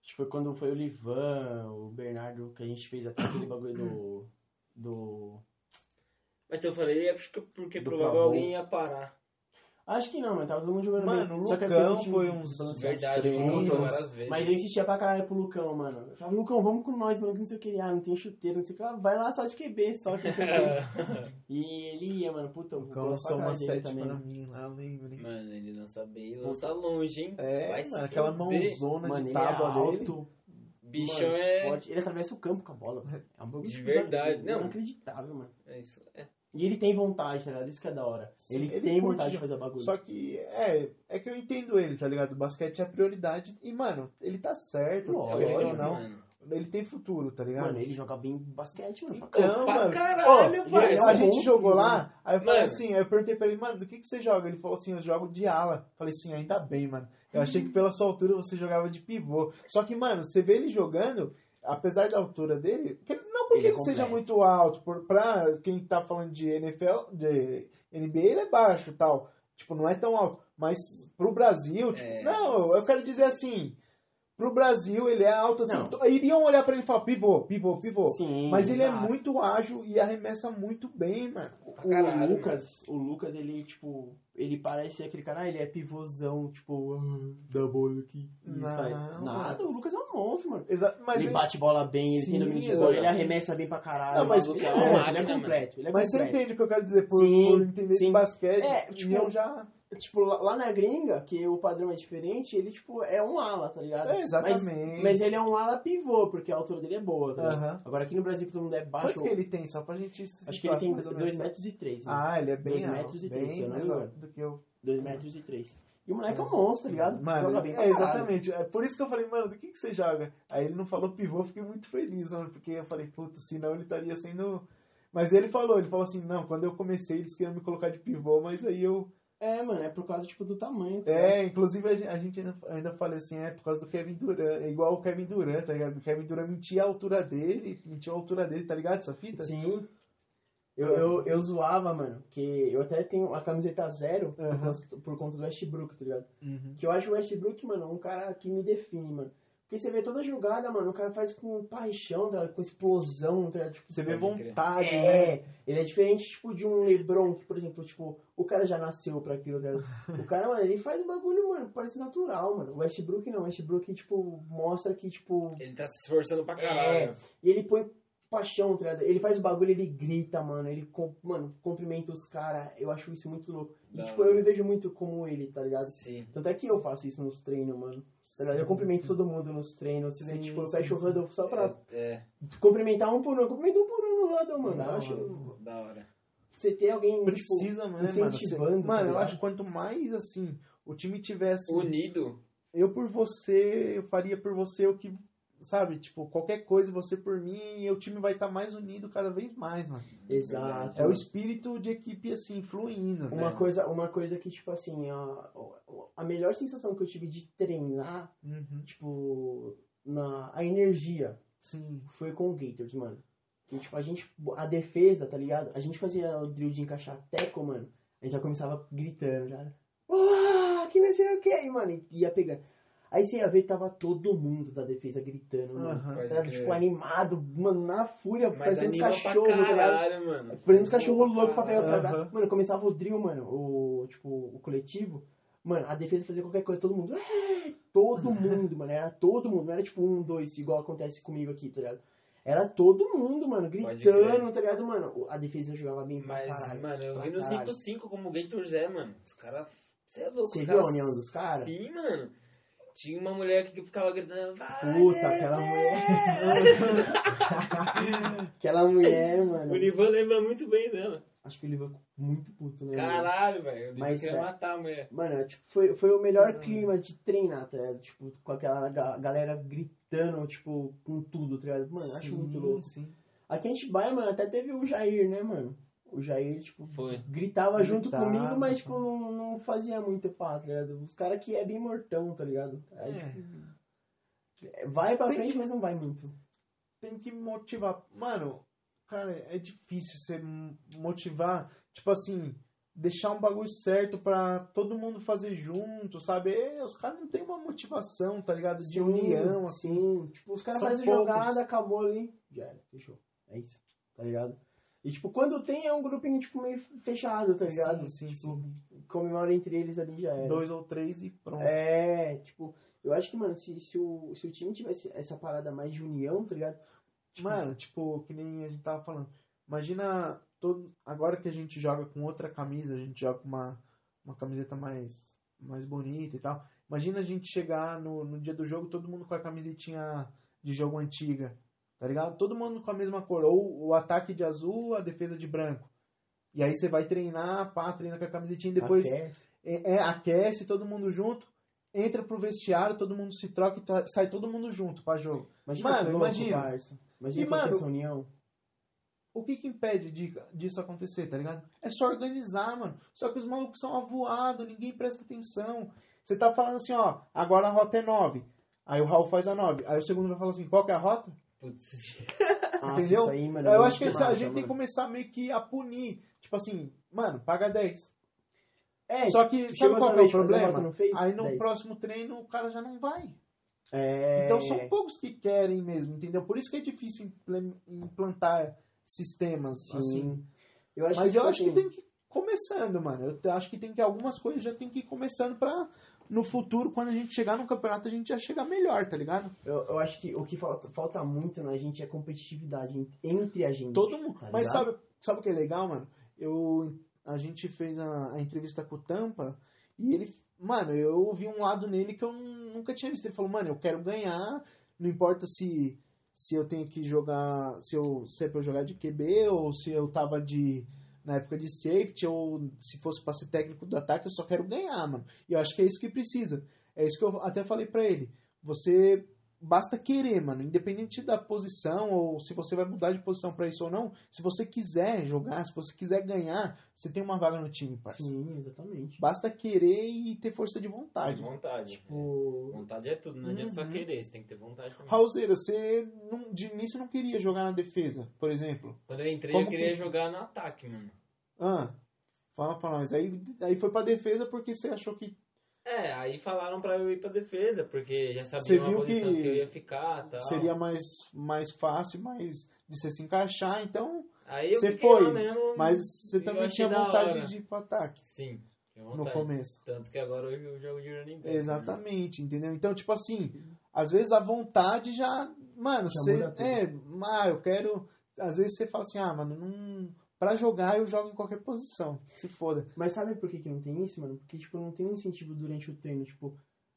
Acho que foi quando foi o Livan, o Bernardo, que a gente fez até aquele bagulho do. do
Mas eu falei, é porque, porque
Do
provável
Pavon.
alguém ia parar.
Acho que não, mano. Tava todo mundo jogando
Mano,
bem.
o
Só que a
Lucão
questão de
foi um uns-
balancear os
Verdade,
treinos.
contou várias vezes.
Mas eu insistia pra caralho pro Lucão, mano. Eu falava, Lucão, vamos com nós, mano, que não sei o que. Ah, não tem chuteiro, não sei o que. Ah, vai lá só de QB, só que não sei o que.
É.
E ele ia, mano, puta, eu
O Lucão
gosto
lançou
pra
uma
caralho dele
sete
também.
pra mim lá, eu lembro. hein?
Mano, ele lança bem e lança longe, hein?
É,
Vai se
mano, aquela
fuder.
mãozona
Mano,
de
ele é
tábua dele.
alto,
Bichão
mano,
é.
forte. Ele atravessa o campo com a bola. velho. É um bagulho
De verdade,
bizarro,
não.
Inacreditável, mano.
É isso. É.
E ele tem vontade, tá ligado? Isso que é da hora.
Sim,
ele,
ele curte
tem vontade de
jogar.
fazer bagulho.
Só que, é, é que eu entendo ele, tá ligado? O basquete é a prioridade. E, mano, ele tá certo,
Lógico,
querendo ou
Lógico,
não.
mano.
Ele tem futuro, tá ligado?
Mano, ele joga bem basquete, mano.
Então,
Não,
pra
mano.
caralho,
Ó,
parça.
ele é
a
um
gente
bom
jogou
filho,
lá, aí eu falei
Mano.
assim, aí eu perguntei pra ele, mano, do que, que você joga? Ele falou assim, eu jogo de ala. Eu falei assim, ainda bem, mano. Eu achei que pela sua altura você jogava de pivô. Só que, mano, você vê ele jogando, apesar da altura dele, que ele- não porque
Ele
ele,
é
seja
completo.
muito alto, por, pra quem tá falando de NFL, de NBA, ele é baixo e tal. Tipo, não é tão alto. Mas pro Brasil, tipo,
É.
não, eu quero dizer assim, pro Brasil ele é alto assim.
Não.
t- Iriam olhar pra ele e falar, pivô, pivô, pivô.
Sim,
Mas ele é
exato.
muito ágil e arremessa muito bem, mano.
O
Caralho,
Lucas, o Lucas, ele, tipo, ele parece ser aquele cara, ah, ele é pivôzão, tipo, ah, dá bola aqui. Isso
Não,
faz
mano.
nada, o Lucas é um monstro, mano.
Exa- mas
ele
ele-
bate bola bem, ele
Sim,
tem domínio de bola, ele
exatamente.
arremessa bem pra caralho.
Não, mas
o maluco
ele
é,
é
um
uma
ele é
máquina,
completo, ele é
mas você
completo.
entende o que eu quero dizer, por,
Sim,
por entender de
sim.
basquete,
É, tipo,
e eu já...
Tipo, lá, lá na gringa, que o padrão é diferente, ele, tipo, é um ala, tá ligado?
É, exatamente.
Mas, mas ele é um ala pivô, porque a altura dele é boa, tá ligado?
Aham.
Agora aqui no Brasil, que todo mundo é baixo,
Quanto que ele tem, só pra gente... se
acho que
situar,
ele tem
mais ou
2
menos?
metros e 3, né?
Ah, ele é bem
Dois
alto,
metros e
bem
trinta, se eu não me
mais
engano.
alto do que eu...
2 metros e 3. E o moleque é um monstro, tá ligado?
Mano,
Joga bem pra
é,
caralho.
exatamente. É por isso que eu falei, mano, do que, que você joga? Aí ele não falou pivô, eu fiquei muito feliz, mano, porque eu falei, puto, senão ele estaria sendo... Mas ele falou, ele falou assim, não, quando eu comecei eles queriam me colocar de pivô, mas aí eu...
É, mano, é por causa, tipo, do tamanho. tá ligado?
É, inclusive a gen- a gente ainda, ainda fala assim, é por causa do Kevin Durant, é igual o Kevin Durant, tá ligado? O Kevin Durant mentia a altura dele, mentiu a altura dele, tá ligado? Essa fita?
Sim. Eu, eu, eu zoava, mano, que eu até tenho a camiseta zero por,
Aham.
causa- por conta do Westbrook, tá ligado? Que eu acho o Westbrook, mano, um cara que me define, mano. Porque você vê toda jogada, mano, o cara faz com paixão, tá ligado? com explosão, tá ligado? Tipo,
Você vê
Pode crer.
vontade, né?
É, ele é diferente, tipo, de um LeBron, que, por exemplo, tipo, o cara já nasceu pra aquilo, tá ligado? O cara, mano, ele faz um bagulho, mano, parece natural, mano. O Westbrook não, o Westbrook, tipo, mostra que, tipo,
Ele tá se esforçando pra
É.
caralho.
e ele põe paixão, tá ligado? Ele faz o bagulho, ele grita, mano. Ele, com- mano, cumprimenta os caras. Eu acho isso muito louco. E,
Da
tipo, eu me vejo muito como ele, tá ligado?
Sim.
Tanto é que eu faço isso nos treinos, mano. Tá ligado? Eu cumprimento todo mundo nos treinos. Você vê,
Sim,
tipo, eu
sim,
fecho o
sim.
huddle só pra
É, é,
cumprimentar um por um. Eu cumprimento um por um no huddle, mano. Eu
Da
acho...
da hora.
Você ter alguém, tipo...
Precisa, mano, né, mano? Você-
incentivando, tá
Mano, eu
ligado?
acho que quanto mais, assim, o time tivesse...
Unido.
Eu por você, eu faria por você o que... Sabe? Tipo, qualquer coisa, você por mim, e o time vai estar mais unido cada vez mais, mano.
Exato.
É o espírito de equipe, assim, fluindo, né?
tipo, Uma coisa, uma coisa que, tipo assim, a, a melhor sensação que eu tive de treinar,
Uhum.
tipo, na, a energia,
Sim.
foi com o Gators, mano. E, tipo, a gente, a defesa, tá ligado? A gente fazia o drill de encaixar teco, mano. A gente já começava gritando, já. Ah, que não sei o que, mano. E ia pegando. Aí você ia ver, tava todo mundo da defesa gritando, mano.
Aham.
Ah, Pode
Tá,
crer.
tipo, animado, mano, na fúria,
Mas
parecendo
anima
uns cachorros,
pra
tá ligado?
caralho, mano.
Parecendo uns cachorros loucos pra pegar os
Aham.
caras. Mano, começava o drill, mano, o, tipo, o coletivo. Mano, a defesa fazia qualquer coisa, todo mundo. "É!" Todo mundo, mano. Era todo mundo. Não era tipo um, dois, igual acontece comigo aqui, tá ligado? Era todo mundo, mano,
Pode
gritando, tá ligado? Mano, O- a defesa jogava bem pra
Mas,
caralho.
mano, eu
pra
vi nos
caralho.
5 como o Gators é, mano. Os caras. Você é louco,
Você
os
viu a
caras.
união dos caras?
Sim, mano. Tinha uma mulher aqui que ficava gritando. Vai,
Puta, aquela mulher. aquela mulher, mano.
O Nivan lembra muito bem dela.
Acho que ele vai muito puto, né? mano?
Caralho, velho. O Nivan
Mas,
queria
é.
matar a mulher.
Mano, tipo, foi, foi o melhor
Hum.
clima de treinar, tá ligado? Tipo, com aquela ga- galera gritando, tipo, com tudo, tá ligado? Mano, acho
Sim,
muito louco.
Sim.
Aqui a gente vai, mano, até teve o Jair, né, mano? O Jair, tipo,
Foi.
gritava junto
Gritava,
comigo, mas, tipo,
mano.
não, não fazia muito pá, tá ligado? Os caras que é bem mortão, tá ligado? Aí,
É.
tipo, Vai pra
Tem
frente,
que-
mas não vai muito.
tem que motivar. Mano, cara, é difícil você m- motivar, tipo assim, deixar um bagulho certo pra todo mundo fazer junto, sabe? É, os caras não tem uma motivação, tá ligado? De união, assim.
Sim, tipo, os caras
São
fazem a
poucos.
jogada, acabou ali, já era, fechou. É isso, tá ligado? E, tipo, quando tem, é um grupinho, tipo, meio fechado, tá ligado?
Sim, sim,
tipo,
sim. é.
comemora entre eles ali já era.
Dois ou três e pronto.
É, tipo, eu acho que, mano, se, se, o, se o time tivesse essa parada mais de união, tá ligado? Tipo,
Mano, tipo, que nem a gente tava falando. Imagina todo... agora que a gente joga com outra camisa, a gente joga com uma, uma camiseta mais, mais bonita e tal. Imagina a gente chegar no, no dia do jogo, todo mundo com a camisetinha de jogo antiga, tá ligado? Todo mundo com a mesma cor, ou o ataque de azul, a defesa de branco. E aí você vai treinar, pá, treina com a camisetinha, depois
aquece.
é, é, aquece todo mundo junto. entra pro vestiário, todo mundo se troca e tá- sai todo mundo junto pra jogo. Mano,
que louco,
imagina.
Barça. Imagina
E,
e, mano,
mano,
união.
O que que impede de- disso acontecer, tá ligado? É só organizar, mano. Só que os malucos são avoados, ninguém presta atenção. Você tá falando assim, ó, agora a rota é 9. Aí o Raul faz a 9. Aí o segundo vai falar assim, qual que é a rota?
Putz,
Nossa,
entendeu?
Ah, aí, mano, é
eu
muito
acho que
massa,
a gente tem que
mano.
começar meio que a punir. Tipo assim, mano, paga 10.
É,
só que,
tu
sabe
chegou
qual que é
essa
o
vez de fazer a
problema?
rota, não fez?
Aí no
10.
próximo treino o cara já não vai.
é...
Então são poucos que querem mesmo, entendeu? Por isso que é difícil implem- implantar sistemas
Sim.
assim.
Eu acho
Mas
que,
eu acho que
assim,
tem que ir começando, mano. Eu te- acho que tem que algumas coisas já tem que ir começando pra no futuro, quando a gente chegar no campeonato, a gente já chegar melhor, tá ligado?
Eu, eu acho que o que falta, falta muito na gente é competitividade en- entre a gente.
Todo mundo.
Tá
Mas
ligado?
sabe, sabe o que é legal, mano? Eu a gente fez a, a entrevista com o Tampa e ele, mano, eu ouvi um lado nele que eu nun- nunca tinha visto. Ele falou, mano, eu quero ganhar, não importa se se eu tenho que jogar, se eu se é pra eu jogar de QB ou se eu tava de na época de safety ou se fosse pra ser técnico do ataque, eu só quero ganhar, mano. E eu acho que é isso que precisa. É isso que eu até falei pra ele. Você basta querer, mano, independente da posição ou se você vai mudar de posição pra isso ou não, se você quiser jogar, se você quiser ganhar, você tem uma vaga no time, parceiro.
Sim, exatamente.
Basta querer e ter força de
tá
vontade.
vontade.
O-
Vontade é tudo, não adianta só
tipo, Uhum.
querer, você tem que ter vontade também.
Raulzeira, você não- de início não queria jogar na defesa, por exemplo.
Quando eu entrei,
Como
eu queria
que-
jogar no ataque, mano.
Ah, fala pra nós. Aí, aí foi pra defesa porque você achou que
É, aí falaram pra eu ir pra defesa, porque já
Você
sabiam a
viu
posição
que
que... eu ia ficar tal.
seria mais, mais fácil, mais de você se encaixar, então.
Aí eu
Você
fiquei
foi,
lá mesmo.
Mas você
eu
também
achei
tinha
da
vontade
hora.
de ir pro ataque
Sim, tinha
no
vontade.
começo.
Tanto que agora hoje eu jogo de running back. né?
Exatamente, entendeu? Então, tipo assim, às vezes a vontade já. Mano,
Já
você.
muda tudo.
É, ah, eu quero. Às vezes você fala assim, ah, mano, não. Pra jogar eu jogo em qualquer posição. Se foda.
Mas sabe por que, que não tem isso, mano? Porque, tipo, não tem um incentivo durante o treino, tipo,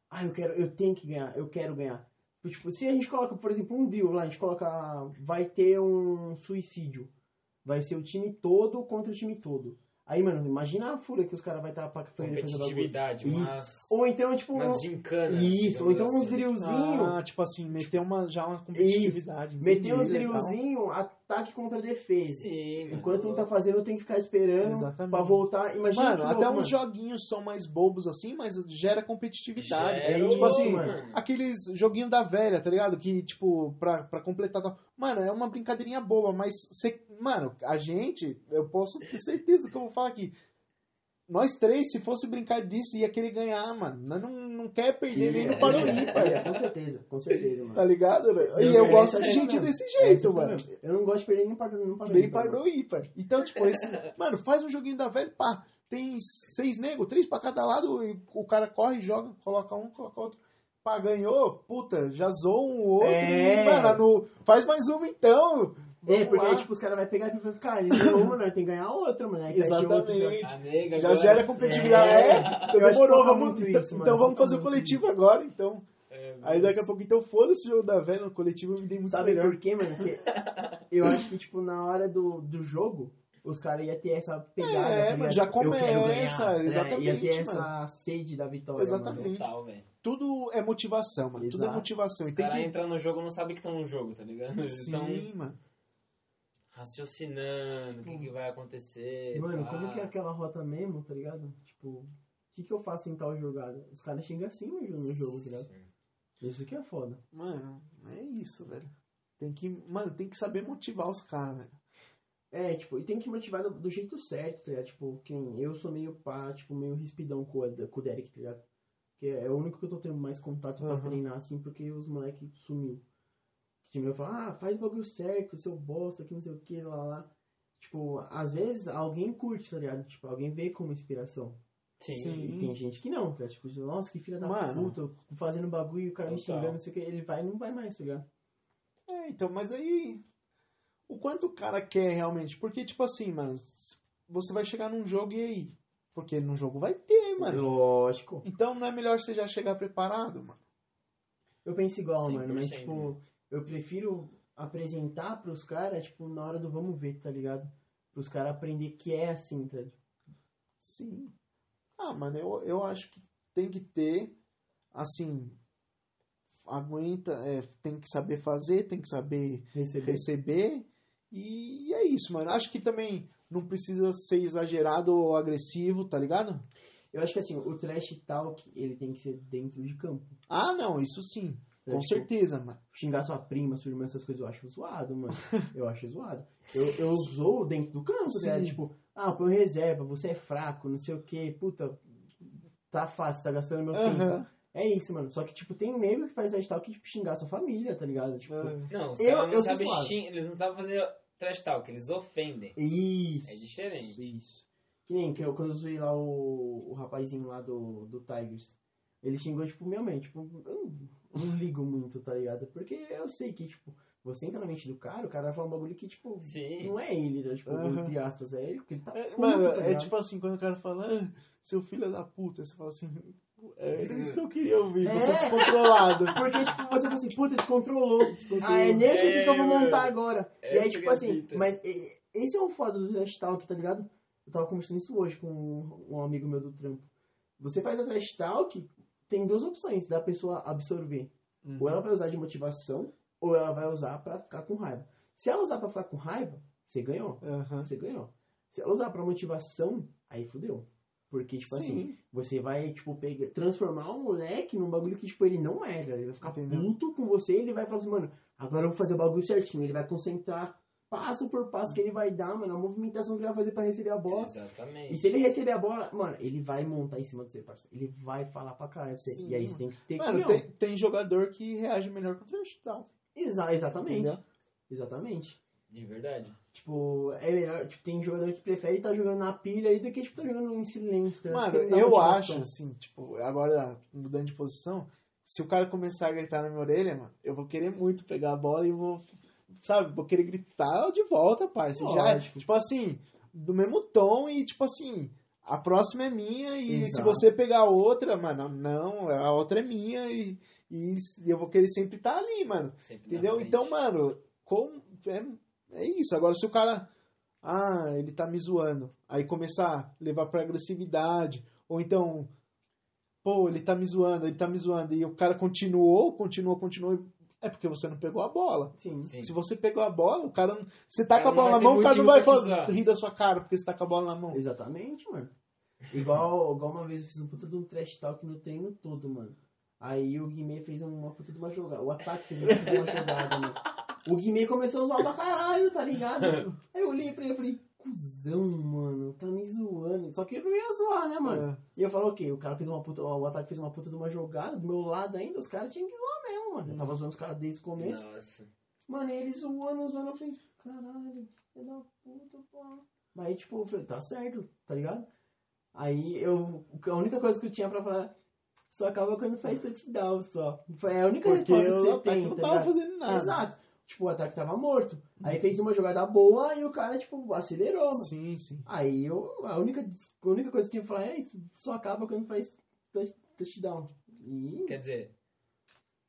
ah, eu quero, eu tenho que ganhar, eu quero ganhar. Tipo, se a gente coloca, por exemplo, um drill lá, a gente coloca, vai ter um suicídio. Vai ser o time todo contra o time todo. Aí, mano, imagina a fúria que os caras vai estar pra querendo fazer bagulho.
Competitividade,
Isso.
mas.
Ou então, tipo,
Mas
um-
gincana.
isso, ou então
digamos assim.
uns drillzinho,
Ah, tipo assim, meter uma, já uma competitividade.
meter uns
entendi, legal.
drillzinho, ataque contra defesa.
Sim, um mano.
Enquanto um tá fazendo, eu tenho que ficar esperando
Exatamente.
pra voltar. Imagina
Mano,
que
até
louco,
uns joguinhos são mais bobos assim, mas gera competitividade.
Gera
Tipo
louco,
assim,
mano.
aqueles joguinho da velha, tá ligado? Que, tipo, pra, pra completar. tal. Mano, é uma brincadeirinha boba, mas. cê- mano, a gente, eu posso ter certeza do que eu vou falar aqui. Nós três, se fosse brincar disso, ia querer ganhar, mano. Nós não, não quer perder nem no Parolim,
Olha, com certeza, com certeza, mano.
tá ligado? velho?
Eu
E eu
ganhei
gosto
essa
de gente
mesmo.
desse
É,
jeito,
isso
mano.
mesmo. Eu não gosto de perder nem tá para não para
Daí parou ímpar. Então, tipo, esse. mano, faz um joguinho da velha, pá. Tem seis negros, três pra cada lado, e o cara corre, joga, coloca um, coloca outro. Pá, ganhou, puta, já zoou um outro. e,
É.
mano, no- faz mais uma então.
É,
Vamos
porque aí,
lá.
tipo, os caras vão pegar e vão falar, cara, ele ganhou uma, nós tem que ganhar outra, mano. Aí tá aqui outro,
Exatamente.
A nega
já
agora-
gera competitividade. É, então
Eu acho que
demorou,
falta
vamos.
muito
então-
isso, mano.
então vamos
Falta
fazer o
muito
coletivo agora, então.
É,
Aí daqui a
mas-
pouco, então foda-se o jogo da velha, no coletivo eu me dei muito
Sabe
melhor.
por quê, mano? Porque eu acho que, tipo, na hora do, do jogo, os caras iam ter essa pegada.
É,
tá
mano,
ligado?
já
Eu quero
começa,
ganhar, né? Ia
exatamente,
ter essa sede da vitória,
Exatamente.
mano.
Total, velho.
Tudo é motivação, mano. Tudo é
Exato. então,
motivação. E
Os
tem
caras
que.
entram no jogo e não sabem que estão no jogo, tá ligado? Eles estão
Sim, mano.
raciocinando o que, que vai acontecer.
Mano,
pá.
como que é aquela rota mesmo, tá ligado? Tipo, o que que eu faço em tal jogada? Os caras xingam assim no jogo, tá ligado?
Sim.
Isso que é foda.
Mano, é isso, velho. Tem que, mano, tem que saber motivar os caras, velho.
É, tipo, e tem que motivar do, do jeito certo, tá ligado? Tipo, quem eu sou meio pá, tipo, meio rispidão com, a- com o Derek, tá ligado? Que é o único que eu tô tendo mais contato pra
Aham.
treinar, assim, porque os moleques sumiu. O time vai falar, ah, faz o bagulho certo, seu bosta, que não sei o que, lá, lá. Tipo, às vezes alguém curte, tá ligado? Tipo, alguém vê como inspiração.
Sim.
E tem gente que não, tá ligado? Tipo, nossa, que filha da
Mano.
puta, fazendo bagulho, o cara me
Total.
xingando, não sei o que. Ele vai e não vai mais, tá ligado?
É, então, mas aí. O quanto o cara quer realmente? Porque, tipo assim, mano, você vai chegar num jogo e aí? Porque no jogo vai ter, mano.
Lógico.
Então não é melhor você já chegar preparado, mano.
Eu penso igual, mano, mas
100%,
tipo, eu prefiro apresentar pros caras, tipo, na hora do vamos ver, tá ligado? Pros caras aprender que é assim, tá ligado?
Sim. Ah, mano, eu, eu acho que tem que ter assim, aguenta, é, tem que saber fazer, tem que saber
Receber.
receber. E é isso, mano. Acho que também não precisa ser exagerado ou agressivo, tá ligado?
Eu acho que assim, o trash talk, ele tem que ser dentro de campo.
Ah, não, isso sim. Com
Tipo,
certeza, mano.
Xingar sua prima, sua irmã, essas coisas, eu acho zoado, mano. Eu acho zoado. Eu, eu zoo dentro do campo, né?
Sim.
Tipo, ah, põe reserva, você é fraco, não sei o quê, puta, tá fácil, tá gastando meu tempo.
Aham.
É isso, mano. Só que, tipo, tem nego que faz trash talk, tipo, xingar sua família, tá ligado? Tipo,
Não, os
Eu-
caras não
eu sou
sabem
suave.
xing- eles não sabem fazer trash talk, eles ofendem.
Isso.
É diferente.
Isso. Que nem que eu, quando eu zoei lá o, o rapazinho lá do, do Tigers. Ele xingou, tipo, minha mãe. Tipo, eu não, não ligo muito, tá ligado? Porque eu sei que, tipo, você entra na mente do cara, o cara vai falar um bagulho que, tipo,
Sim.
não é ele, né? Tipo,
Aham.
entre aspas, é ele, porque ele tá.
É,
puto,
Mano,
tá
é
ligado?
tipo assim, quando o cara fala, "Ah, seu filho é da puta, você fala assim, é isso que eu queria ouvir, você
É.
descontrolado.
Porque, tipo, você fala assim, puta, descontrolou.
Descontrolou.
Ah, é nesse
É,
aqui que eu vou
mano.
montar agora.
É,
e aí, tipo assim,
acredita.
mas e- esse é o foda do trash talk, tá ligado? Eu tava conversando isso hoje com um- um amigo meu do trampo. Você faz a trash talk, tem duas opções da pessoa absorver.
Uhum.
Ou ela vai usar de motivação, ou ela vai usar pra ficar com raiva. Se ela usar pra ficar com raiva, você ganhou.
Aham.
Você ganhou. Se ela usar pra motivação, aí fudeu. Porque, tipo assim,
Sim,
você vai, tipo, pegar, transformar um moleque num bagulho que, tipo, ele não é, velho. Ele vai ficar
Entendeu?
puto com você e ele vai falar assim, mano, agora eu vou fazer o bagulho certinho. Ele vai concentrar passo por passo que ele vai dar, mano, a movimentação que ele vai fazer pra receber a bola. E
É.
Exatamente.
se ele receber a bola, mano, ele vai montar em cima de você, parceiro. Ele vai falar pra caralho. pra você.
Sim,
e aí
mano.
você tem que ter
Mano,
cuidado.
tem, tem jogador que reage melhor contra o tal.
Exa exatamente.
Entendeu?
Exatamente.
é-
De verdade.
Tipo, é melhor, tipo, tem jogador que prefere estar jogando na pilha aí do que, tipo, tá jogando em silêncio. tá?
Mano,
Porque não dá
eu
motivação.
acho, assim, tipo, agora mudando de posição, se o cara começar a gritar na minha orelha, mano, eu vou querer muito pegar a bola e vou, sabe, vou querer gritar de volta, parça. Já,
Lógico.
tipo assim, do mesmo tom e, tipo assim, a próxima é minha e
Exato.
se você pegar a outra, mano, não, a outra é minha e, e eu vou querer sempre estar ali, mano.
Sempre na
Entendeu?
frente.
Então, mano, com... é, é isso. Agora, se o cara. Ah, ele tá me zoando. Aí começar a levar pra agressividade. Ou então. Pô, ele tá me zoando, ele tá me zoando. E o cara continuou, continuou, continuou. É porque você não pegou a bola.
Sim.
Sim.
Se você pegou a bola, o cara. não- Você tá
O
com a
cara não
bola na
vai ter
mão, o cara não
motivo
vai
pra te
fazer,
zoar.
rir da sua cara porque você tá com a bola na mão.
Exatamente, mano. Igual, igual uma vez eu fiz um puta de um trash talk no treino todo, mano. Aí o Guimê fez um uma puta de uma jogada. O ataque fez uma puta de uma jogada, mano. O Guimê começou a zoar pra caralho, tá ligado? Aí eu olhei pra ele e falei, cuzão, mano, tá me zoando. Só que ele não ia zoar, né, mano?
É.
E eu falo, ok, o cara fez uma puta, o ataque fez uma puta de uma jogada, do meu lado ainda, os caras tinham que zoar mesmo, mano. Eu tava zoando os caras desde o começo.
Nossa.
Mano, e eles zoando, zoando, eu falei, caralho, filho da puta, pá. Mas aí, tipo, eu falei, tá certo, tá ligado? Aí eu. A única coisa que eu tinha pra falar só acaba quando faz touchdown só. Foi a única
Porque
resposta que
o
você
ataque
tem,
não
tá
tava
ligado?
fazendo nada.
Exato. Tipo, o ataque tava morto. Aí fez uma jogada boa e o cara, tipo, acelerou, mano.
Sim, sim.
Aí eu. A única, a única coisa que eu tinha pra falar é isso, só acaba quando faz touch- touchdown. E.
Quer dizer,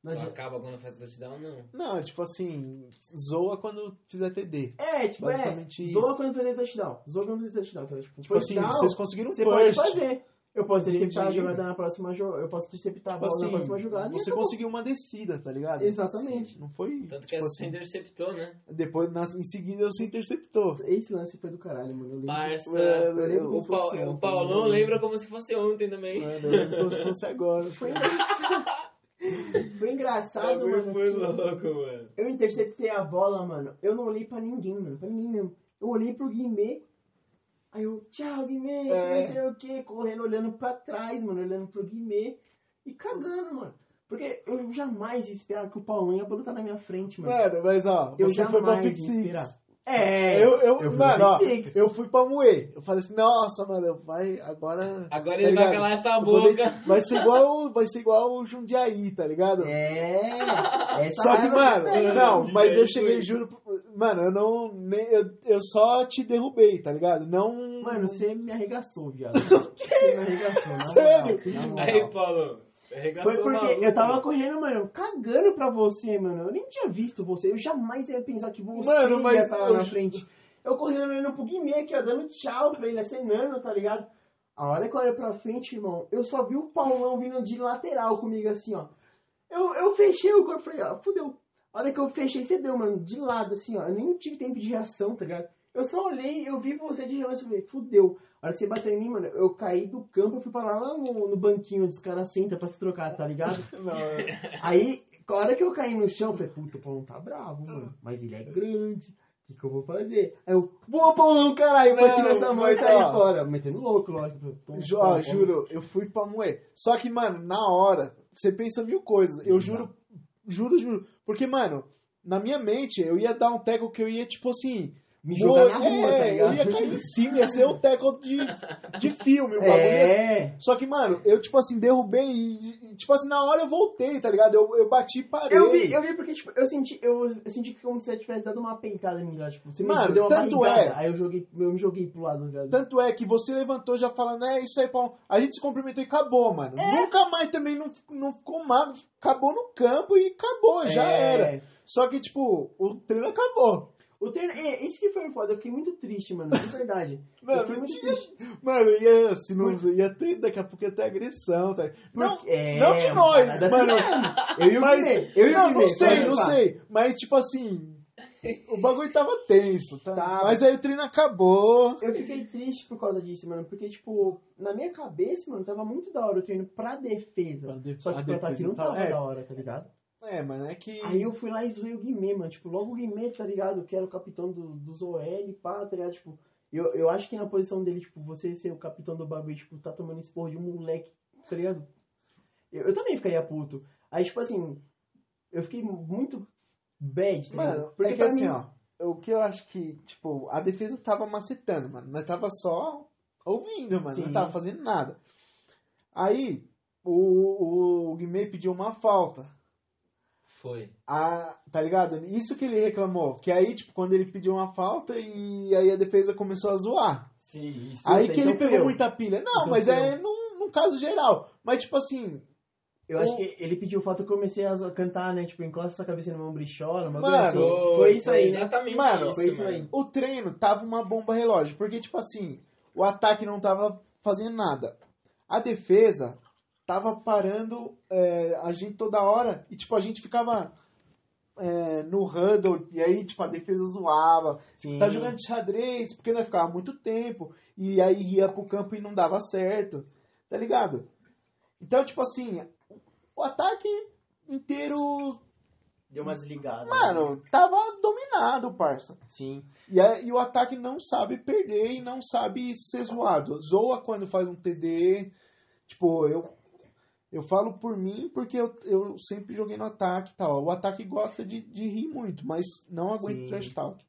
não
só
adianta.
acaba quando faz touchdown, não.
Não, tipo assim, zoa quando fizer TD.
É, tipo, é.
Basicamente isso.
Zoa quando fazer touchdown. Zoa quando fazer touchdown. Então, tipo,
Tipo assim,
touchdown,
vocês conseguiram
você pode
first. Tipo
fazer. Eu posso interceptar a
Entendi.
jogada na próxima jogada. Eu posso interceptar a
Tipo
bola na
assim,
próxima jogada. e
você
acabou.
conseguiu uma descida, tá ligado?
Exatamente.
Não foi.
Tanto que é
tipo
essa
assim,
você interceptou, né?
Depois, na- em seguida, você interceptou.
Esse lance foi do caralho, mano. Eu lembro.
Parça.
Mano, eu-
como
O,
se
Pau-
fosse
o
ontem,
Paulão
mano.
lembra como se fosse ontem também.
mano, eu lembro como se fosse agora. assim.
Foi engraçado. foi engraçado,
Bagulho
mano.
foi
que
louco, mano.
Eu interceptei a bola, mano. Eu não olhei pra ninguém, mano. Pra ninguém mesmo. Eu olhei pro Guimê. Aí eu, tchau, Guimê.
É.
Não sei o que. Correndo, olhando pra trás, mano. Olhando pro Guimê. E cagando, mano. Porque eu jamais ia esperar que o Paulão ia botar tá na minha frente, mano.
Mano, mas ó,
Eu
É, você foi pra
jamais
Pick
ia
Six.
esperar. É,
Eu, eu,
fui pra
mano, ó,
Pick Six.
eu fui pra Moer. Eu falei assim, nossa, mano, eu- vai, agora.
Agora
tá
ele vai
ligado?
calar essa
Eu vou
boca.
deitar- Vai ser igual, vai ser igual o Jundiaí, tá ligado?
É. Essa
Só que,
raiva
mano, então.
pega,
não,
né?
mas eu
Foi.
cheguei, juro. Mano, eu não. nem- Eu, eu só te derrubei, tá ligado? Não.
Mano, você me arregaçou, viado. Você me arregaçou, na moral.
Sério?
na moral.
Aí, Paulão. Arregaçou
Foi porque
maluco.
eu tava correndo, mano, eu cagando pra você, mano. Eu nem tinha visto você. Eu jamais ia pensar que você
Mano, mas
ia estar lá
eu-
é na frente. Eu correndo, olhando pro Guimê aqui, ó, dando tchau pra ele, acenando, tá ligado? A hora que eu olhei pra frente, irmão, eu só vi o Paulão vindo de lateral comigo, assim, ó. Eu, eu fechei o corpo, falei, ó, fudeu. A hora que eu fechei, você deu, mano, de lado, assim, ó. Eu nem tive tempo de reação, tá ligado? Eu só olhei, eu vi você de relance, eu falei, fudeu. A hora que você bateu em mim, mano, eu caí do campo, eu fui parar lá no, no banquinho dos caras senta pra se trocar, tá ligado?
Não, é-
Aí, a hora que eu caí no chão, eu falei, puta, o Paulão tá bravo, mano. Mas ele é grande. O que, que eu vou fazer? Aí eu, boa, Paulão, caralho, pra
Não,
tirar essa mão e
mas,
sair
ó,
fora. Metendo louco, lógico. Tom,
Ju-
tom,
ó,
tom.
juro, eu fui pra moer. Só que, mano, na hora, você pensa mil coisas. Eu juro, juro, juro. Porque, mano, na minha mente, eu ia dar um teco que eu ia, tipo assim.
Me jogar na
moer-
rua,
é,
tá
Eu
ligado?
ia cair em cima, ia ser um teco de, de filme. O bagulho ia ser-
É.
Só que, mano, eu, tipo assim, derrubei e, e, tipo assim, na hora eu voltei, tá ligado? Eu, eu bati e parei.
Eu vi, eu vi porque, tipo, eu senti, eu, eu senti que como se você tivesse dado uma peitada em mim lá, tipo, você
Mano,
me deu uma
tanto
barrigada, Aí eu joguei, eu me joguei pro lado, velho.
Tanto é que você levantou já falando, é isso aí, Paulo. A gente se cumprimentou e acabou, mano. Nunca mais também não, não ficou magro. Acabou no campo e acabou, já
É.
era. Só que, tipo, o treino acabou.
O treino, é, isso que foi foda, eu fiquei muito triste, mano, de verdade.
Mano,
eu fiquei
não
muito
tinha.
triste.
Mano, ia, se não, ia ter, daqui a pouco ia ter agressão, tá? Não,
Porque- é,
não de nós,
parada
mano.
assim. Eu e o
Mas-
Guimê, eu e o
não,
Guimê,
não sei,
falando,
não
pá,
sei. Mas, tipo assim, o bagulho tava tenso, tá?
Tava.
Mas aí o treino acabou.
Eu fiquei triste por causa disso, mano, porque, tipo, na minha cabeça, mano, tava muito da hora o treino pra defesa.
Pra def-
Só
a
que pro ataque
defesa
não
tava-
tava
é.
da hora, tá ligado?
É, mano, é que.
Aí eu fui lá e zoei o Guimê, mano. Tipo, logo o Guimê, tá ligado? Que era o capitão do, dos OL, pá, tá ligado? Tipo, eu, eu acho que na posição dele, tipo, você ser o capitão do bagulho, tipo, tá tomando esse porra de um moleque, tá ligado? Eu, eu também ficaria puto. Aí, tipo assim, eu fiquei muito bad, tá ligado?
Mano, porque
pra
assim,
mim-
ó. O que eu acho que, tipo, a defesa tava macetando, mano. Nós tava só ouvindo, mano. Não
Sim.
tava fazendo nada. Aí, o, o, o Guimê pediu uma falta.
Foi.
A, tá ligado? Isso que ele reclamou. Que aí, tipo, quando ele pediu uma falta e aí a defesa começou a zoar.
Sim, isso.
aí
tá,
que
então
ele
fui
pegou
eu.
muita pilha. Não,
Então
mas
fui
é num, num caso geral. Mas, tipo assim,
Eu acho que ele pediu foto eu comecei a zo- cantar, né? Tipo, encosta essa cabeça no meu brichola, uma coisa
Mano,
assim. Foi isso aí, né?
Exatamente
Mano,
isso,
foi isso
mano.
aí.
o treino tava uma bomba relógio, porque tipo assim, o ataque não tava fazendo nada. A defesa tava parando é, a gente toda hora e tipo a gente ficava é, no huddle e aí tipo a defesa zoava,
Sim.
tá jogando de xadrez, porque nós ficava muito tempo e aí ia pro campo e não dava certo. Tá ligado? Então, tipo assim, o ataque inteiro,
Deu uma desligada. né?
mano, tava dominado, parça.
Sim.
E, a- e o ataque não sabe perder e não sabe ser zoado. Zoa quando faz um TD. Tipo, eu, eu falo por mim porque eu, eu sempre joguei no ataque e tal. O ataque gosta de, de rir muito, mas não aguenta
Sim. Hum.
trash talk.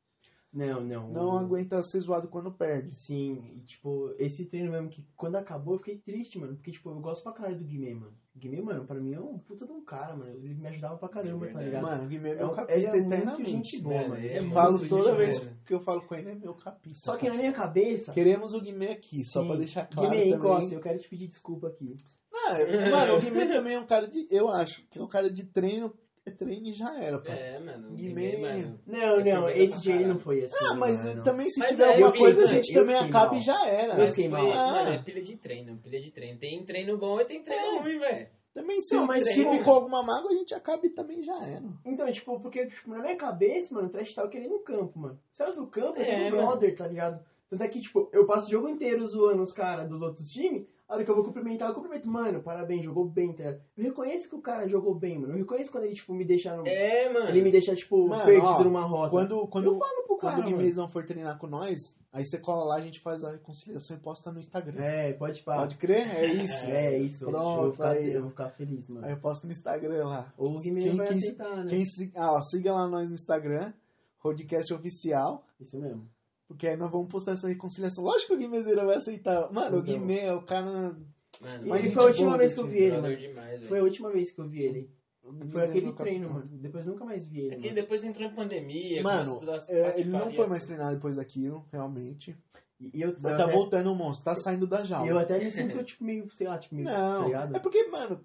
Não, não.
Não aguenta ser zoado quando perde.
Sim, e tipo, esse treino mesmo que quando acabou eu fiquei triste, mano. Porque, tipo, eu gosto pra caralho do Guimê, mano. O Guimê, mano, pra mim é um puta de um cara, mano. Ele me ajudava pra caramba,
É
tá
verdade.
ligado?
Mano, o Guimê é
É
meu
um-
capítulo
ele é muito
eternamente.
gente boa,
Mano,
mano.
ele é
Eu
muito
falo
gente
toda
boa.
vez que eu falo com ele, é meu capítulo.
Só que na minha cabeça,
Queremos o Guimê aqui, só pra deixar claro
Guimê,
também.
encosta, eu quero te pedir desculpa aqui.
Não, Ah, mano, o Guimê também é um cara de... Eu acho que é um cara de treino. É treino e já era, pô.
É, mano.
Guimê-
Guimê, mano.
Não,
Eu
não,
também
esse
pra
dia ele
caralho.
não foi assim.
Ah, mas
mano.
também se
Mas
tiver
é,
alguma
eu vi,
coisa, a
mano,
gente
eu
também
vi,
acaba
não.
e já era.
Mas
fiquei
foi,
mal.
mano,
Ah.
é pilha de treino, pilha de treino. Tem treino bom e tem
É.
treino ruim, velho.
Também se,
Não, mas
se
treino-
ficou alguma mágoa, a gente acaba e também já era.
Então, tipo, porque tipo, na minha cabeça, mano, o trash talk ele é no campo, mano. Saiu do campo,
É,
é tudo
mano.
brother, tá ligado? Tanto é que, tipo, eu passo o jogo inteiro zoando os caras dos outros times. A hora que eu vou cumprimentar, eu cumprimento. Mano, parabéns, jogou bem, tá ligado? Eu reconheço que o cara jogou bem, mano. Eu reconheço quando ele, tipo, me deixa no...
É, mano.
Ele me deixa, tipo,
Mano,
perdido
ó,
numa rota.
Quando,
Eu
quando,
falo pro
quando
cara,
o
mano.
Guimês não for treinar com nós, aí você cola lá, a gente faz a reconciliação e posta no Instagram.
É, pode parar.
Pode crer? É isso.
É, isso.
Pronto,
eu, vou ficar,
aí.
eu vou ficar feliz, mano.
Aí eu posto no Instagram lá.
Ou o Guimê
Quem
vai
quis-
aceitar, né?
Quem se, ah, ó, siga lá nós no Instagram, Roadcast Oficial.
Isso mesmo.
Porque aí nós vamos postar essa reconciliação. Lógico que o Guimezeira vai aceitar. Mano, o
Então.
Guimê é o cara.
Mano,
Mas gente
E foi a
boa,
última vez que eu
gente.
vi ele,
jogador
mano.
demais,
Foi
velho.
a última vez que eu vi ele.
o Guimê
Foi
é
aquele
meu
treino,
capitão.
mano. Depois nunca mais vi ele.
É que
mano.
depois entrou em pandemia,
Mano,
começou a estudar
É, ele não
patifaria,
foi mais
pô.
treinado depois daquilo, realmente.
E eu, eu,
Mas tá
até,
voltando o monstro, tá saindo da jaula.
eu até me sinto, tipo, meio, sei lá, tipo, meio, tá
Não,
ligado?
é porque, mano,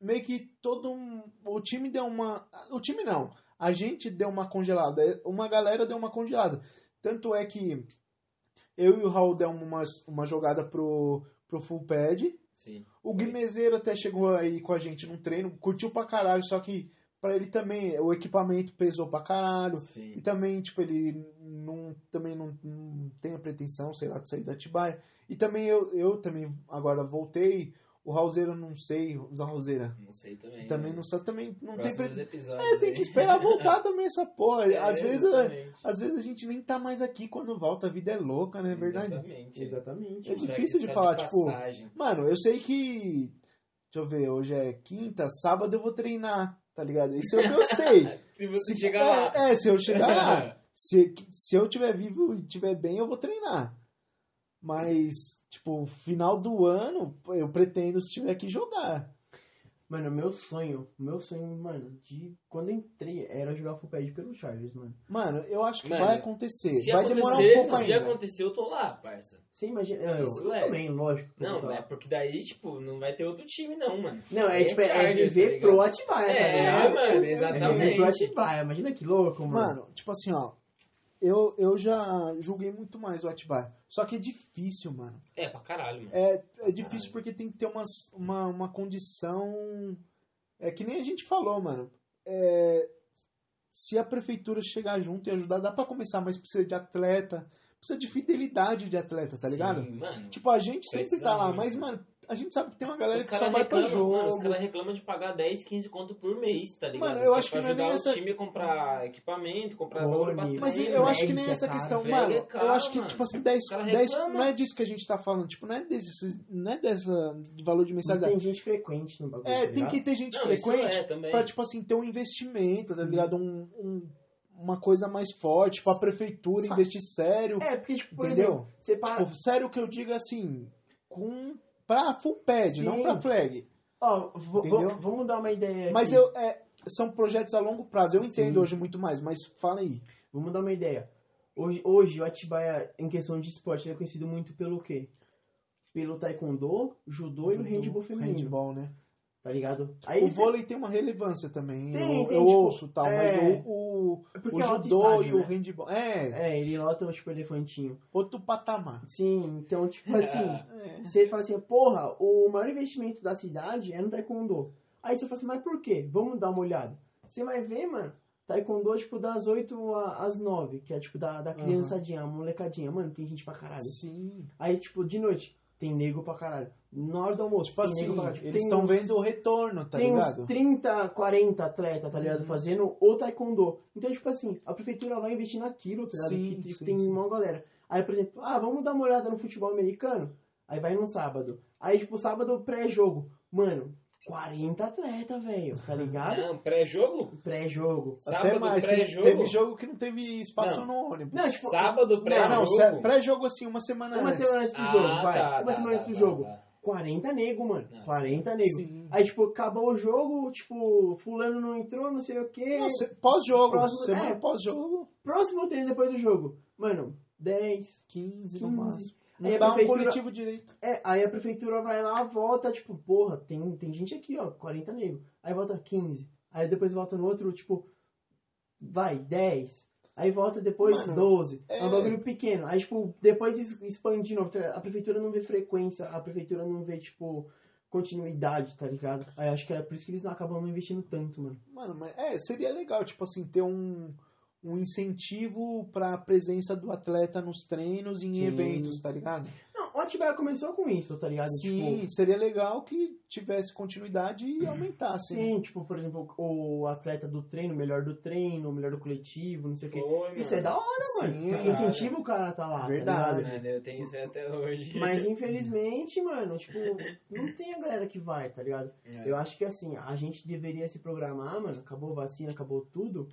meio que todo um, o time deu uma. O time não, a gente deu uma congelada, uma galera deu uma congelada. Tanto é que eu e o Raul demos uma, uma jogada pro, pro full pad.
Sim.
O Guimezeiro até chegou aí com a gente num treino, curtiu pra caralho, só que pra ele também o equipamento pesou pra caralho. E
Sim.
também, tipo, ele não, também não, não tem a pretensão, sei lá, de sair do Atibaia. E também eu, eu também agora voltei. O Rauseira não sei, o Zé Rauseira
Não sei também.
também
né?
não sabe, também não tem
Próximos
pretensão.
episódios.
É, tem
aí.
que esperar voltar também essa porra.
É,
às, vezes,
exatamente.
às vezes a gente nem tá mais aqui quando volta, a vida é louca, né? É verdade.
Exatamente.
Exatamente.
É
Mostrar que
difícil de
sabe
falar, tipo,
passagem.
Mano, eu sei que. Deixa eu ver, hoje é quinta, sábado eu vou treinar, tá ligado? Isso é o que eu sei.
Se você chegar lá.
É, é, se eu chegar lá. Se, se eu tiver vivo e tiver bem, eu vou treinar. Mas, tipo, final do ano, eu pretendo, se tiver que jogar.
Mano, meu sonho, meu sonho, mano, de quando eu entrei era jogar full pad pelo Chargers, mano.
Mano, eu acho que
Mano,
vai acontecer.
Se
vai demorar um
acontecer,
pouco
se
ainda.
acontecer, eu tô lá, parça.
Você imagina. Eu,
Isso
eu
é.
também, lógico. que eu vou
Então.
Não,
falar.
é porque daí, tipo, não vai ter outro time, não, mano.
Não, é,
É
tipo, é, é
Chargers,
viver
tá ligado?
pro Atibaia, tá
É,
ligado?
mano,
É viver pro
exatamente.
Atibaia, imagina que louco, mano.
Mano, tipo assim, ó. Eu, eu já julguei muito mais o Atibaia. Só que é difícil, mano.
É, pra caralho, mano.
É, é difícil
Caralho.
porque tem que ter umas, uma, uma condição. É que nem a gente falou, mano. É, se a prefeitura chegar junto e ajudar, dá pra começar, mas precisa de atleta, precisa de fidelidade de atleta, tá ligado?
Sim, mano.
Tipo, a gente sempre
Precisa
tá lá,
muito.
mas, mano, a gente sabe que tem uma galera
Os
que só
caras
vai pra
reclamam,
jogo.
mano, os caras reclamam de pagar 10, 15 conto por mês, tá ligado?
Mano, eu
Que é
acho
pra
que não é
ajudar
nem
o
essa-
time a comprar equipamento, comprar
Cone,
bagulho pra treino.
mas eu
velho,
acho que nem
que é
essa
caro,
questão,
velho,
mano.
é caro,
eu acho que,
mano.
tipo assim, 10,
Os caras
10
reclamam.
não é disso que a gente tá falando. Tipo, não é, desse, não é dessa de valor de
Não
mensalidade.
tem gente frequente no bagulho.
É,
tá
tem
ligado?
que ter gente
Não,
frequente
isso é também.
pra, tipo assim, ter um investimento, tá
Sim.
ligado? Um, um- uma coisa mais forte, tipo, a prefeitura
Sa-
investir sério,
É, porque, tipo, por
entendeu?
exemplo, você para.
Tipo, sério que eu digo assim, com pra full pad,
Sim.
não pra flag.
Ó, vo-
Entendeu?
vo- vamos dar uma ideia.
Mas
aqui.
eu, é, são projetos a longo prazo, eu entendo
Sim.
hoje muito mais, mas fala aí.
Vamos dar uma ideia. Hoje, hoje o Atibaia, em questão de esporte, ele é conhecido muito pelo quê? Pelo taekwondo, judô e o handball feminino.
Handball, né?
Tá ligado? Aí
o
cê-
vôlei tem uma relevância também,
Tem,
eu,
tem,
eu
tipo,
ouço tal, mas
é,
o, o,
é
o
é outro
judô
estágio,
e o
né?
handball, é,
É, ele lota tipo elefantinho.
outro patamar.
Sim, então, tipo assim,
É.
você fala assim, porra, o maior investimento da cidade é no taekwondo. Aí você fala assim, mas por quê? Vamos dar uma olhada. Você vai ver, mano, taekwondo, tipo, das 8 a- às 9, que é tipo da, da
Aham.
criançadinha, a molecadinha. Mano, tem gente pra caralho.
Sim.
Aí, tipo, de noite, tem nego pra caralho. Na hora do almoço,
Tipo
tem
assim,
nego pra caralho. Tipo,
eles
tem
estão
uns-
vendo o retorno, tá
tem
ligado?
uns 30, 40 atleta, tá ligado?
Uhum.
Fazendo o taekwondo. Então, tipo assim, a prefeitura vai investir naquilo, tá ligado?
Sim,
que, tipo,
sim,
tem
sim.
uma galera. Aí, por exemplo, ah, vamos dar uma olhada no futebol americano? Aí vai no sábado. Aí, tipo, sábado pré-jogo. Mano, 40 atleta, velho, tá ligado?
Não, pré-jogo?
pré-jogo.
Até
Sábado,
mais, teve,
pré-jogo?
teve jogo que não teve espaço
Não.
no ônibus.
Não, tipo,
Sábado,
Ah, não,
pré-jogo?
sé- pré-jogo assim, uma semana
uma
antes.
semana antes do
Ah,
jogo, vai.
tá,
uma
tá,
semana antes
tá,
do
tá,
jogo.
tá.
40 nego, mano.
Não.
40 nego.
Sim.
Aí, tipo, acabou o jogo, tipo, fulano não entrou, não sei o quê.
Não, se- pós-jogo,
Próximo-
semana
é.
pós-jogo,
Próximo treino depois do jogo. Mano, 10.
15 no
15.
máximo.
Aí
Não
a
dá um
prefeitura-
coletivo direito.
É, aí a prefeitura vai lá, volta, tipo, porra, tem, tem gente aqui, ó, 40 negros. Aí volta 15. Aí depois volta no outro, tipo, vai, 10. Aí volta depois
Mano,
12.
é-
É um bagulho pequeno. Aí, tipo, depois es- expande de novo. A prefeitura não vê frequência, a prefeitura não vê, tipo, continuidade, tá ligado? Aí acho que é por isso que eles não acabam não investindo tanto, mano.
Mano, mas é, seria legal, tipo assim, ter um, um incentivo pra presença do atleta nos treinos e em
Sim.
eventos, tá ligado?
Não, o Atibaia começou com isso, tá ligado?
Sim,
Tipo,
seria legal que tivesse continuidade e aumentasse. né?
Sim, tipo, por exemplo, o atleta do treino, o melhor do treino, o melhor do coletivo, não sei o
Foi,
quê.
mano.
Isso é da hora, mano.
Sim, é.
Porque incentiva o cara a tá lá. tá
Verdade.
ligado?
Mano, eu tenho isso aí até hoje.
Mas infelizmente, mano, tipo, não tem a galera que vai, tá ligado?
É.
Eu acho que assim, a gente deveria se programar, mano. Acabou a vacina, acabou tudo.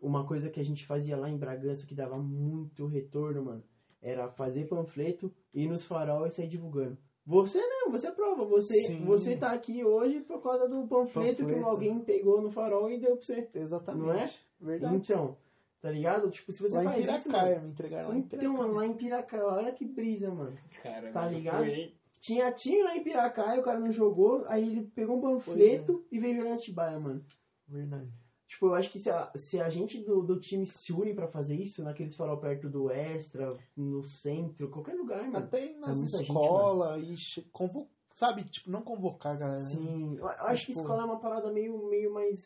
Uma coisa que a gente fazia lá em Bragança que dava muito retorno, mano, era fazer panfleto, ir nos farol e sair divulgando. Você não, você prova. Você,
Sim.
você tá aqui hoje por causa do panfleto,
Panfleto.
que alguém pegou no farol e deu pra você.
Exatamente.
Não é?
Verdade.
Então, tá ligado? Tipo, se você
lá em
faz isso, mano,
Piracaia, me entregaram lá em
então,
Piracaia.
mano, lá em Piracaia, olha que brisa, mano.
Cara,
Tá
mano,
ligado?
foi, hein?
Tinha time lá em
é.
Piracaia, o cara não jogou, aí ele pegou um panfleto e veio jogar em Atibaia, mano.
Verdade.
Tipo, eu acho que se a, se a gente do, do time se une pra fazer isso, né, naqueles farol perto do extra, no centro, qualquer lugar, mano.
Até nas
muita gente,
escolas e che- convo- sabe, tipo, não convocar a galera. né?
Sim, eu eu acho que
Tipo-
escola é uma parada meio, meio mais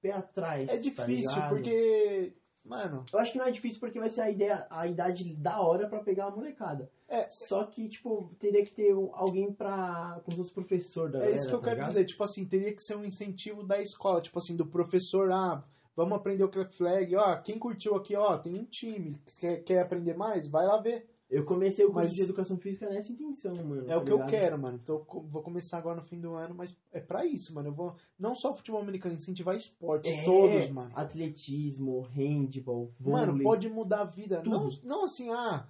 pé atrás.
É
tá
difícil,
ligado?
porque, mano,
Eu acho que não é difícil porque vai ser a ideia, a idade da hora pra pegar a molecada.
É.
Só que, tipo, teria que ter um- alguém pra. como se fosse professor da
é isso
galera,
que eu
tá
quero
ligado?
dizer. Tipo assim, teria que ser um incentivo da escola, tipo assim, do professor, ah, vamos aprender o Crack Flag, ó, quem curtiu aqui, ó, tem um time, quer, quer aprender mais? Vai lá ver.
Eu comecei o curso
Mas-
de educação física nessa intenção, mano.
É
tá
o que eu
ligado?
quero, mano. Então, eu co- vou começar agora no fim do ano, mas é pra isso, mano. Eu vou não só futebol americano, incentivar esportes,
É,
todos, mano.
Atletismo, handball, vôlei.
Mano, pode mudar a vida. Não,
Tudo.
não assim, ah,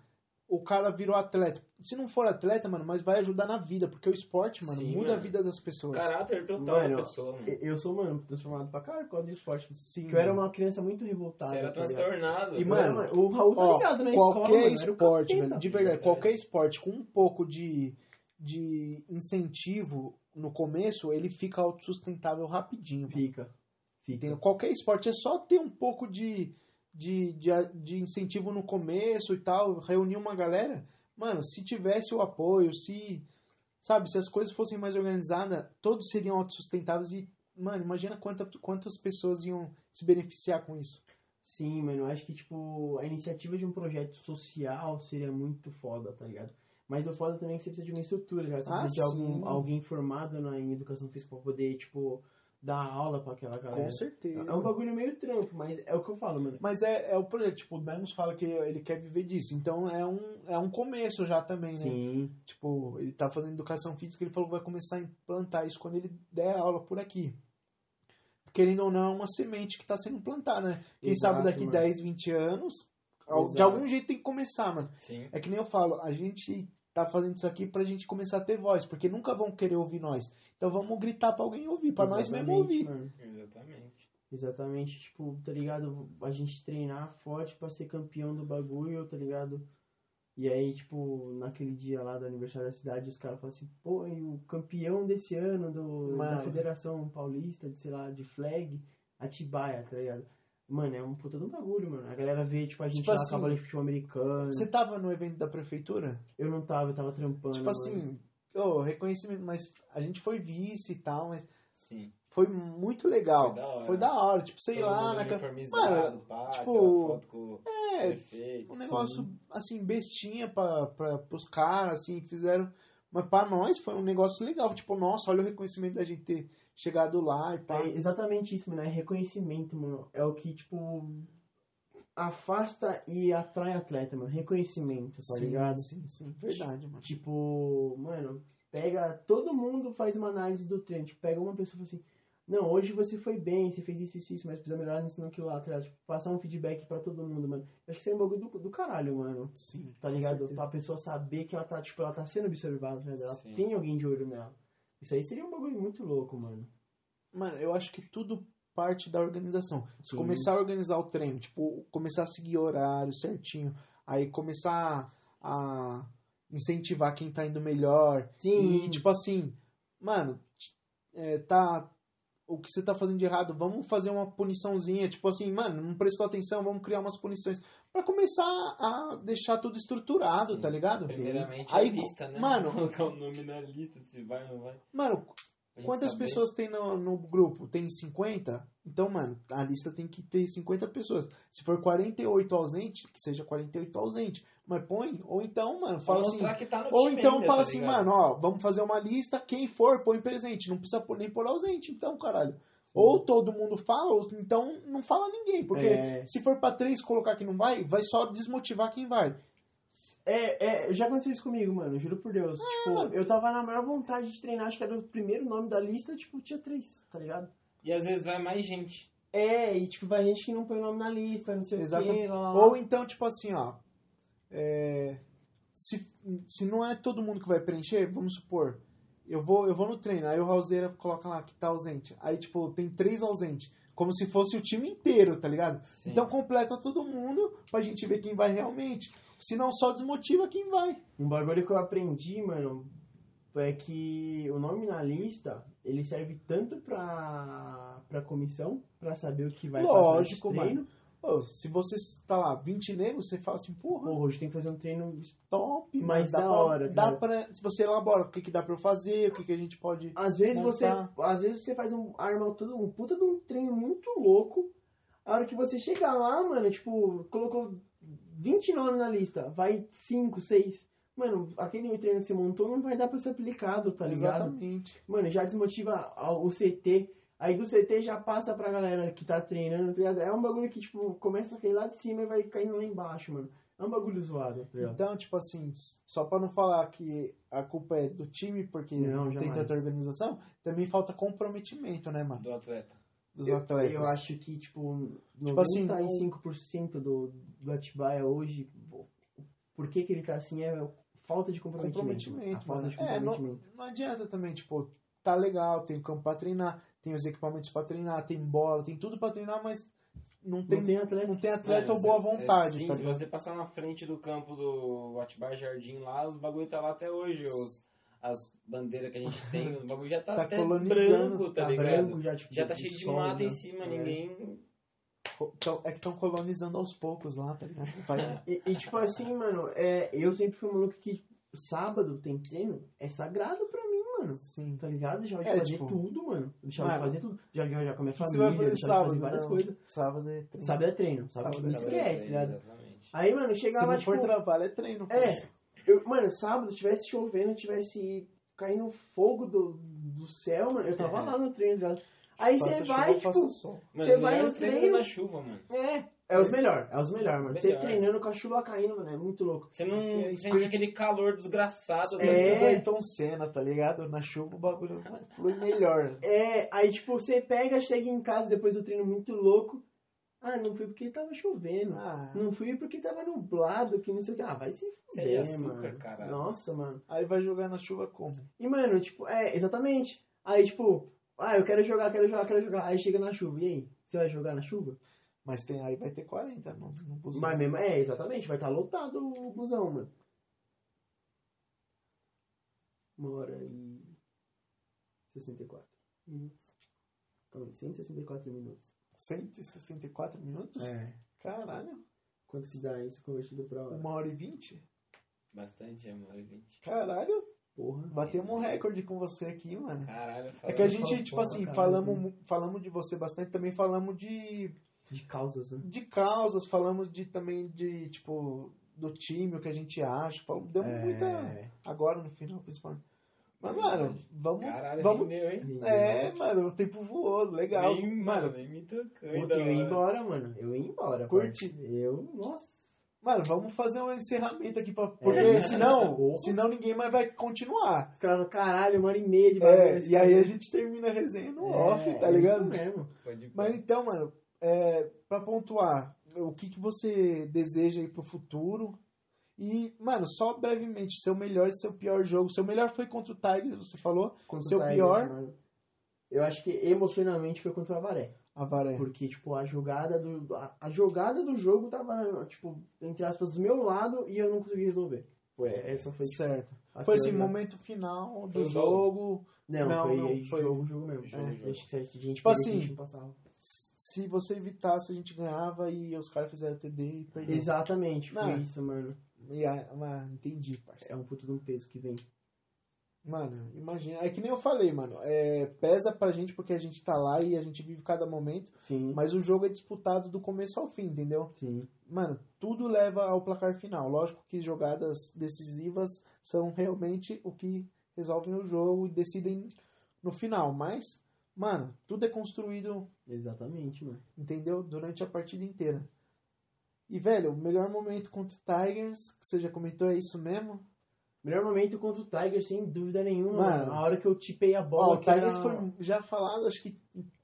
o cara virou atleta. Se não for atleta, mano, mas vai ajudar na vida, porque o esporte, mano,
Sim,
muda a
mano.
vida das pessoas.
Caráter total
Mano,
da pessoa, mano.
Eu eu sou, mano, transformado pra caralho por causa de esporte.
Sim,
Porque eu era
mano.
uma criança muito revoltada.
Você era
tá ligado?
transtornado.
E,
Eu
mano,
era,
mano,
o Raul tá
Ó,
ligado na escola, mano,
qualquer
era o
esporte,
capeta.
mano, de verdade,
É.
qualquer esporte com um pouco de, de incentivo no começo, ele fica autossustentável rapidinho. mano.
Fica. Fica.
Entendeu? Qualquer esporte é só ter um pouco de, de, de, a- de incentivo no começo e tal, reunir uma galera. Mano, se tivesse o apoio, se. Sabe, se as coisas fossem mais organizadas, todos seriam autossustentáveis e. Mano, imagina quanta, quantas pessoas iam se beneficiar com isso.
Sim, mano, eu acho que, tipo, a iniciativa de um projeto social seria muito foda, tá ligado? Mas o foda também é que você precisa de uma estrutura, já. Você
Ah,
precisa de
sim.
algum, alguém formado na, em educação física pra poder, tipo, dar aula pra aquela galera.
Com certeza.
É um bagulho meio trampo, mas é o que eu falo, mano.
Mas é, é o projeto, tipo, o Damos fala que ele quer viver disso. Então é um, é um começo já também, né?
Sim.
Tipo, ele tá fazendo educação física, ele falou que vai começar a implantar isso quando ele der aula por aqui. Querendo ou não, é uma semente que tá sendo plantada, né? Quem
Exato,
sabe daqui
mano.
10, 20 anos, al- de
Exato.
algum jeito tem que começar, mano.
Sim.
É que nem eu falo, a gente tá fazendo isso aqui pra gente começar a ter voz, porque nunca vão querer ouvir nós. Então vamos gritar pra alguém ouvir, pra nós mesmo
Exatamente,
ouvir.
mano.
Exatamente.
Exatamente, tipo, tá ligado? A gente treinar forte pra ser campeão do bagulho, tá ligado? E aí, tipo, naquele dia lá do aniversário da cidade, os caras falam assim, pô, e o campeão desse ano do,
Mano.
da Federação Paulista, de, sei lá, de flag, Atibaia, tá ligado? Mano, é um puta de um bagulho, mano. A galera vê, tipo, a gente
Tipo
lá
assim,
cavalo de futebol americano.
Você tava no evento da prefeitura?
Eu não tava, eu tava trampando.
tipo
mano.
assim, ô, reconhecimento, mas a gente foi vice e tal, mas
Sim.
foi muito legal.
Foi da hora.
Foi da hora, tipo, sei
Todo
lá,
mundo
na
né?
ca-
uniformizado, pá,
tipo,
tirar foto com o
É,
prefeito.
um negócio assim, bestinha pra, pra, pros caras, assim, fizeram. Mas pra nós foi um negócio legal. Tipo, nossa, olha o reconhecimento da gente ter chegado lá e pá.
É exatamente isso, mano. É reconhecimento, mano. É o que, tipo, afasta e atrai atleta, mano. Reconhecimento, tá
Sim,
ligado?
Sim, sim, verdade, mano.
Tipo, mano, pega. Todo mundo faz uma análise do treino. Tipo, pega uma pessoa e fala assim: Não, hoje você foi bem, você fez isso, isso, isso, mas precisa melhorar nisso, naquilo lá atrás. Tipo, passar um feedback pra todo mundo, mano. Eu acho que isso é um bagulho do, do caralho, mano.
Sim,
Tá
com
ligado?
certeza.
Pra pessoa saber que ela tá, tipo, ela tá sendo observada, né? Ela
Sim.
tem alguém de olho nela. Isso aí seria um bagulho muito louco, mano.
Mano, eu acho que tudo parte da organização. Se
Sim.
começar a organizar o treino, tipo, começar a seguir horário certinho, aí começar a incentivar quem tá indo melhor,
Uhum.
E, tipo assim, mano, t- é, tá. O que você tá fazendo de errado, vamos fazer uma puniçãozinha. Tipo assim, mano, não prestou atenção, vamos criar umas punições. Pra começar a deixar tudo estruturado,
Sim.
tá ligado?
É, Primeiramente
Aí,
a lista, né?
mano-
Colocar o nome na lista, se vai ou não vai.
Mano,
Pra gente
quantas
saber.
pessoas tem no, no grupo? Tem 50? Então, mano, a lista tem que ter 50 pessoas. Se for 48 ausente, que seja 48 ausente. Mas põe, ou então, mano,
Pra
fala assim.
mostrar que tá no
Ou
time
então
ainda,
fala
tá
assim,
ligado?
mano, ó, vamos fazer uma lista, quem for, põe presente. Não precisa pôr- nem pôr ausente, então, caralho. Ou todo mundo fala, ou então não fala ninguém. Porque
É.
se for pra três colocar que não vai, vai só desmotivar quem vai.
É, é, já aconteceu isso comigo, mano, juro por Deus. tipo, eu tava na maior vontade de treinar, acho que era o primeiro nome da lista, tipo, tinha três, tá ligado?
E às vezes vai mais gente.
É, e tipo, vai gente que não põe o nome na lista, não sei o quê,
Exatamente.
Ah.
lá, lá, lá.
Ou então, tipo assim, ó. é, se, se não é todo mundo que vai preencher, vamos supor, eu vou, eu vou no treino, aí o Raulzeira coloca lá que tá ausente. Aí, tipo, tem três ausentes. Como se fosse o time inteiro, tá ligado?
Sim.
Então completa todo mundo pra gente ver quem vai realmente. Senão só desmotiva quem vai.
Um bagulho que eu aprendi, mano, é que o nome na lista, ele serve tanto pra, pra comissão, pra saber o que vai
Lógico,
fazer de treino.
Pô, se você tá lá, 20 negros, você fala assim, porra,
Porra, hoje tem que fazer um treino...
top,
mais
mas dá
da
pra,
hora,
dá
entendeu?
pra- se você elabora o que, que dá pra eu fazer, o que, que a gente pode.
Às vezes
Montar.
você às vezes você faz um arma todo um puta de um treino muito louco. A hora que você chegar lá, mano, tipo, colocou 20 nomes na lista, vai 5, 6. Mano, aquele treino que você montou não vai dar pra ser aplicado, tá ligado?
Exatamente.
Mano, já desmotiva a- o CT. Aí do CT já passa pra galera que tá treinando, tá ligado? É um bagulho que, tipo, começa a cair lá de cima e vai caindo lá embaixo, mano. É um bagulho zoado, tá ligado?
Então, tipo assim, s- só pra não falar que a culpa é do time porque
Não,
não tem
jamais.
tanta organização, também falta comprometimento, né, mano?
do atleta.
Dos
Eu-
atletas.
Eu acho que, tipo,
Tipo assim,
95% do, do Atibaia hoje, pô, por que, que ele tá assim é falta de comprometimento.
Comprometimento,
a falta
mano.
de
É,
comprometimento.
Não adianta também, tipo, tá legal, tem o campo pra treinar, tem os equipamentos pra treinar, tem bola, tem tudo pra treinar, mas não tem,
Não tem atleta.
não tem atleta
É,
ou boa
se-
vontade,
é, sim,
tá
se
ligado?
você passar na frente do campo do Atibaia Jardim lá, os bagulho tá lá até hoje. Os, as bandeiras que a gente tem, o bagulho já tá,
Tá
até
colonizando,
branco, tá,
Tá
ligado?
branco já, tipo,
já tá cheio de
sol,
mata
né?
em cima,
É.
ninguém.
Então, é que estão colonizando aos poucos lá, tá ligado? Vai-
E, e, tipo assim, mano, é, eu sempre fui um maluco que sábado tem treino, é sagrado pra mim, mano.
Sim.
Tá ligado? Deixava de
É,
fazer
tipo,
tudo, mano. Deixava de
mano,
fazer tudo. Já, já, já com a minha
O que você
família,
vai fazer
deixava de
sábado?
fazer várias
Não,
coisas.
Sábado é treino.
Sábado é treino, sábado,
Sábado é
esquece,
Exatamente,
tá ligado?
Exatamente.
Aí, mano,
Se
chegava,
não
tipo,
for trabalho, é treino.
É.
parça.
Eu, mano, sábado, tivesse chovendo, tivesse caindo fogo do, do céu, mano, eu tava
É.
lá no treino, tá ligado? Aí
Faça
você
chuva,
vai,
faça
tipo,
sol.
Mano,
Você
os
vai
melhores
no
treinos
treino-
na chuva, mano.
é, é os melhores, é os melhores, mano. Você
Melhor.
treinando com a chuva caindo, mano, é muito louco.
Você não
Porque é
sente aquele calor desgraçado.
É.
Tudo aí tão cena, tá ligado? Na chuva o bagulho flui melhor.
É, aí, tipo, você pega, chega em casa depois do treino muito louco. Ah, não fui porque tava chovendo.
Ah,
Não fui porque tava nublado, que não sei o que. Ah, vai se
Você é de
fuder,
açúcar,
mano.
caralho.
Nossa, mano.
aí vai jogar na chuva como?
E, mano, tipo, é, exatamente. Aí, tipo, ah, eu quero jogar, quero jogar, quero jogar. Aí chega na chuva. E aí? Você vai jogar na chuva?
Mas tem aí vai ter 40 no, no busão.
Mas mesmo, é, exatamente. Vai estar lotado o busão, mano. Uma hora e. 64 minutos. Calma aí, 164 minutos.
164 minutos?
É.
Caralho.
Quanto que dá isso convertido pra hora?
Uma hora e vinte?
Bastante, é, mano. gente.
Caralho.
Porra.
Batemos um recorde com você aqui, mano.
Caralho,
É que a
falando-
gente,
fala-
tipo
fala
assim,
pra caralho,
falamos, mu- falamos de você bastante, também falamos de,
De causas, né?
de causas, falamos de também de, tipo, do time, o que a gente acha. Falamos,
É
deu muita. Agora no final, principalmente. Mas, mano, vamos.
Caralho,
vamos
rendeu, hein?
é, mano, o tempo voou, legal.
Nem, mano, nem me tocando.
Pô, eu ia embora, mano. Eu ia embora.
Curte.
parça. Eu, nossa.
Mano, vamos fazer um encerramento aqui, pra, porque
né?
senão,
Porra.
senão ninguém mais vai continuar.
Os caras falam, caralho, uma hora e meia de
É,
esse
e aí
cara-
a gente termina a resenha no off, tá
é
ligado?
Isso mesmo.
Pode ir
Mas então, mano, é, pra pontuar, o que, que você deseja aí pro futuro? E, mano, só brevemente, seu melhor e seu pior jogo. Seu melhor foi contra o Tigers, você falou,
Contra
Seu
o Tigers,
pior?
mano, tá né? Eu acho que emocionalmente foi contra o Avaré.
a é. Varé.
Porque, tipo, a jogada do. A, a jogada do jogo tava, tipo, entre aspas, do meu lado e eu não consegui resolver. Foi, essa foi. tipo,
certo.
a
Foi
pior
esse
jogada.
momento final do
Foi o
jogo.
Não,
Não,
foi,
não, foi-
jogo, jogo Uhum. mesmo.
Jogo,
É,
jogo.
Acho que se a gente
Tipo
perdesse,
assim,
a gente não passava.
Se você evitasse, a gente ganhava e os caras fizeram TD e perderam.
Exatamente, foi
Não.
isso, mano.
E a- ah, entendi, parceiro.
É um puto de um peso que vem.
Mano, imagina. É que nem eu falei, mano. É, pesa pra gente porque a gente tá lá e a gente vive cada momento.
Sim.
Mas o jogo é disputado do começo ao fim, entendeu?
Sim.
Mano, tudo leva ao placar final. Lógico que jogadas decisivas são realmente o que resolvem o jogo e decidem no final. Mas, mano, tudo é construído,
Exatamente, mano.
entendeu? Durante a partida inteira. E, velho, o melhor momento contra o Tigers, que você já comentou, é isso mesmo?
Melhor momento contra o Tiger, sem dúvida nenhuma,
Mano.
mano. A hora que eu tipei a
Ó,
bola.
o
que era- É,
Tigers foi já falado, acho que.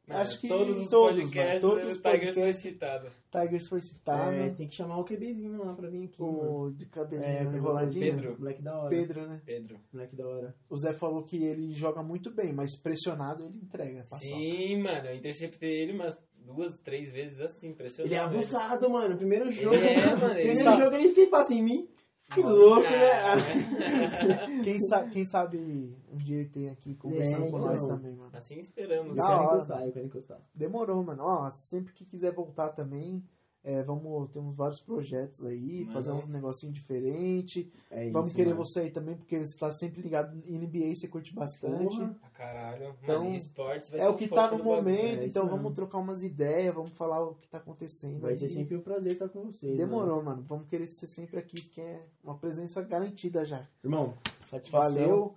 Mano,
acho que
É, todos os
todos,
podcasts, né,
mano, todos
o
os
Tigers foi
podcasts.
citado.
Tigers foi citado.
É, tem que chamar o QBzinho lá pra vir aqui. mano.
tá? O de cabelinho
É,
enroladinho.
Pedro.
Moleque da hora.
Pedro, né?
Pedro.
Moleque da hora.
O Zé falou que ele joga muito bem, mas pressionado ele entrega. tá Passou.
Sim, mano, eu interceptei ele umas duas, três
é
vezes assim, impressionante.
Ele é abusado, mano. Primeiro jogo.
Ele é, mano, ele
Primeiro
sabe.
jogo ele fez passe em mim. Que louco, né?
né?
Quem sabe, quem sabe um dia ele tem aqui conversando
É,
com
então.
nós também, mano.
assim esperamos.
Da
eu quero
hora.
encostar, eu quero encostar.
Demorou, mano. Ó, sempre que quiser voltar também, é, vamos, temos vários projetos aí,
Mano.
fazer uns negocinho diferente.
É
vamos
isso,
querer
mano.
você aí também, porque você tá sempre ligado em NBA, você curte bastante.
Porra.
Ah, caralho.
Então,
Mano, esportes vai
É
ser
o que
foco
tá no
do bagulho.
momento,
é isso
então
mesmo.
vamos trocar umas ideias, vamos falar o que tá acontecendo.
Vai
aí.
ser sempre um prazer estar com vocês. mano.
Demorou, mano. Vamos querer ser sempre aqui, porque é uma presença garantida já.
Irmão, satisfação.
Valeu.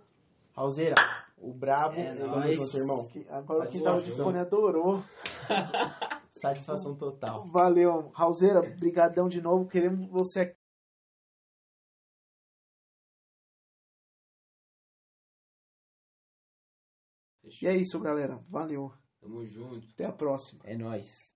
Raulzeira, o brabo.
É
tamo
nóis.
junto, irmão.
Que- Agora quem tava
Satisfação.
de fone né? adorou.
Satisfação total.
Valeu, Raulzeira. Brigadão de novo. Queremos você aqui. E é isso, galera. Valeu.
Tamo junto.
é Até a próxima.
É nóis.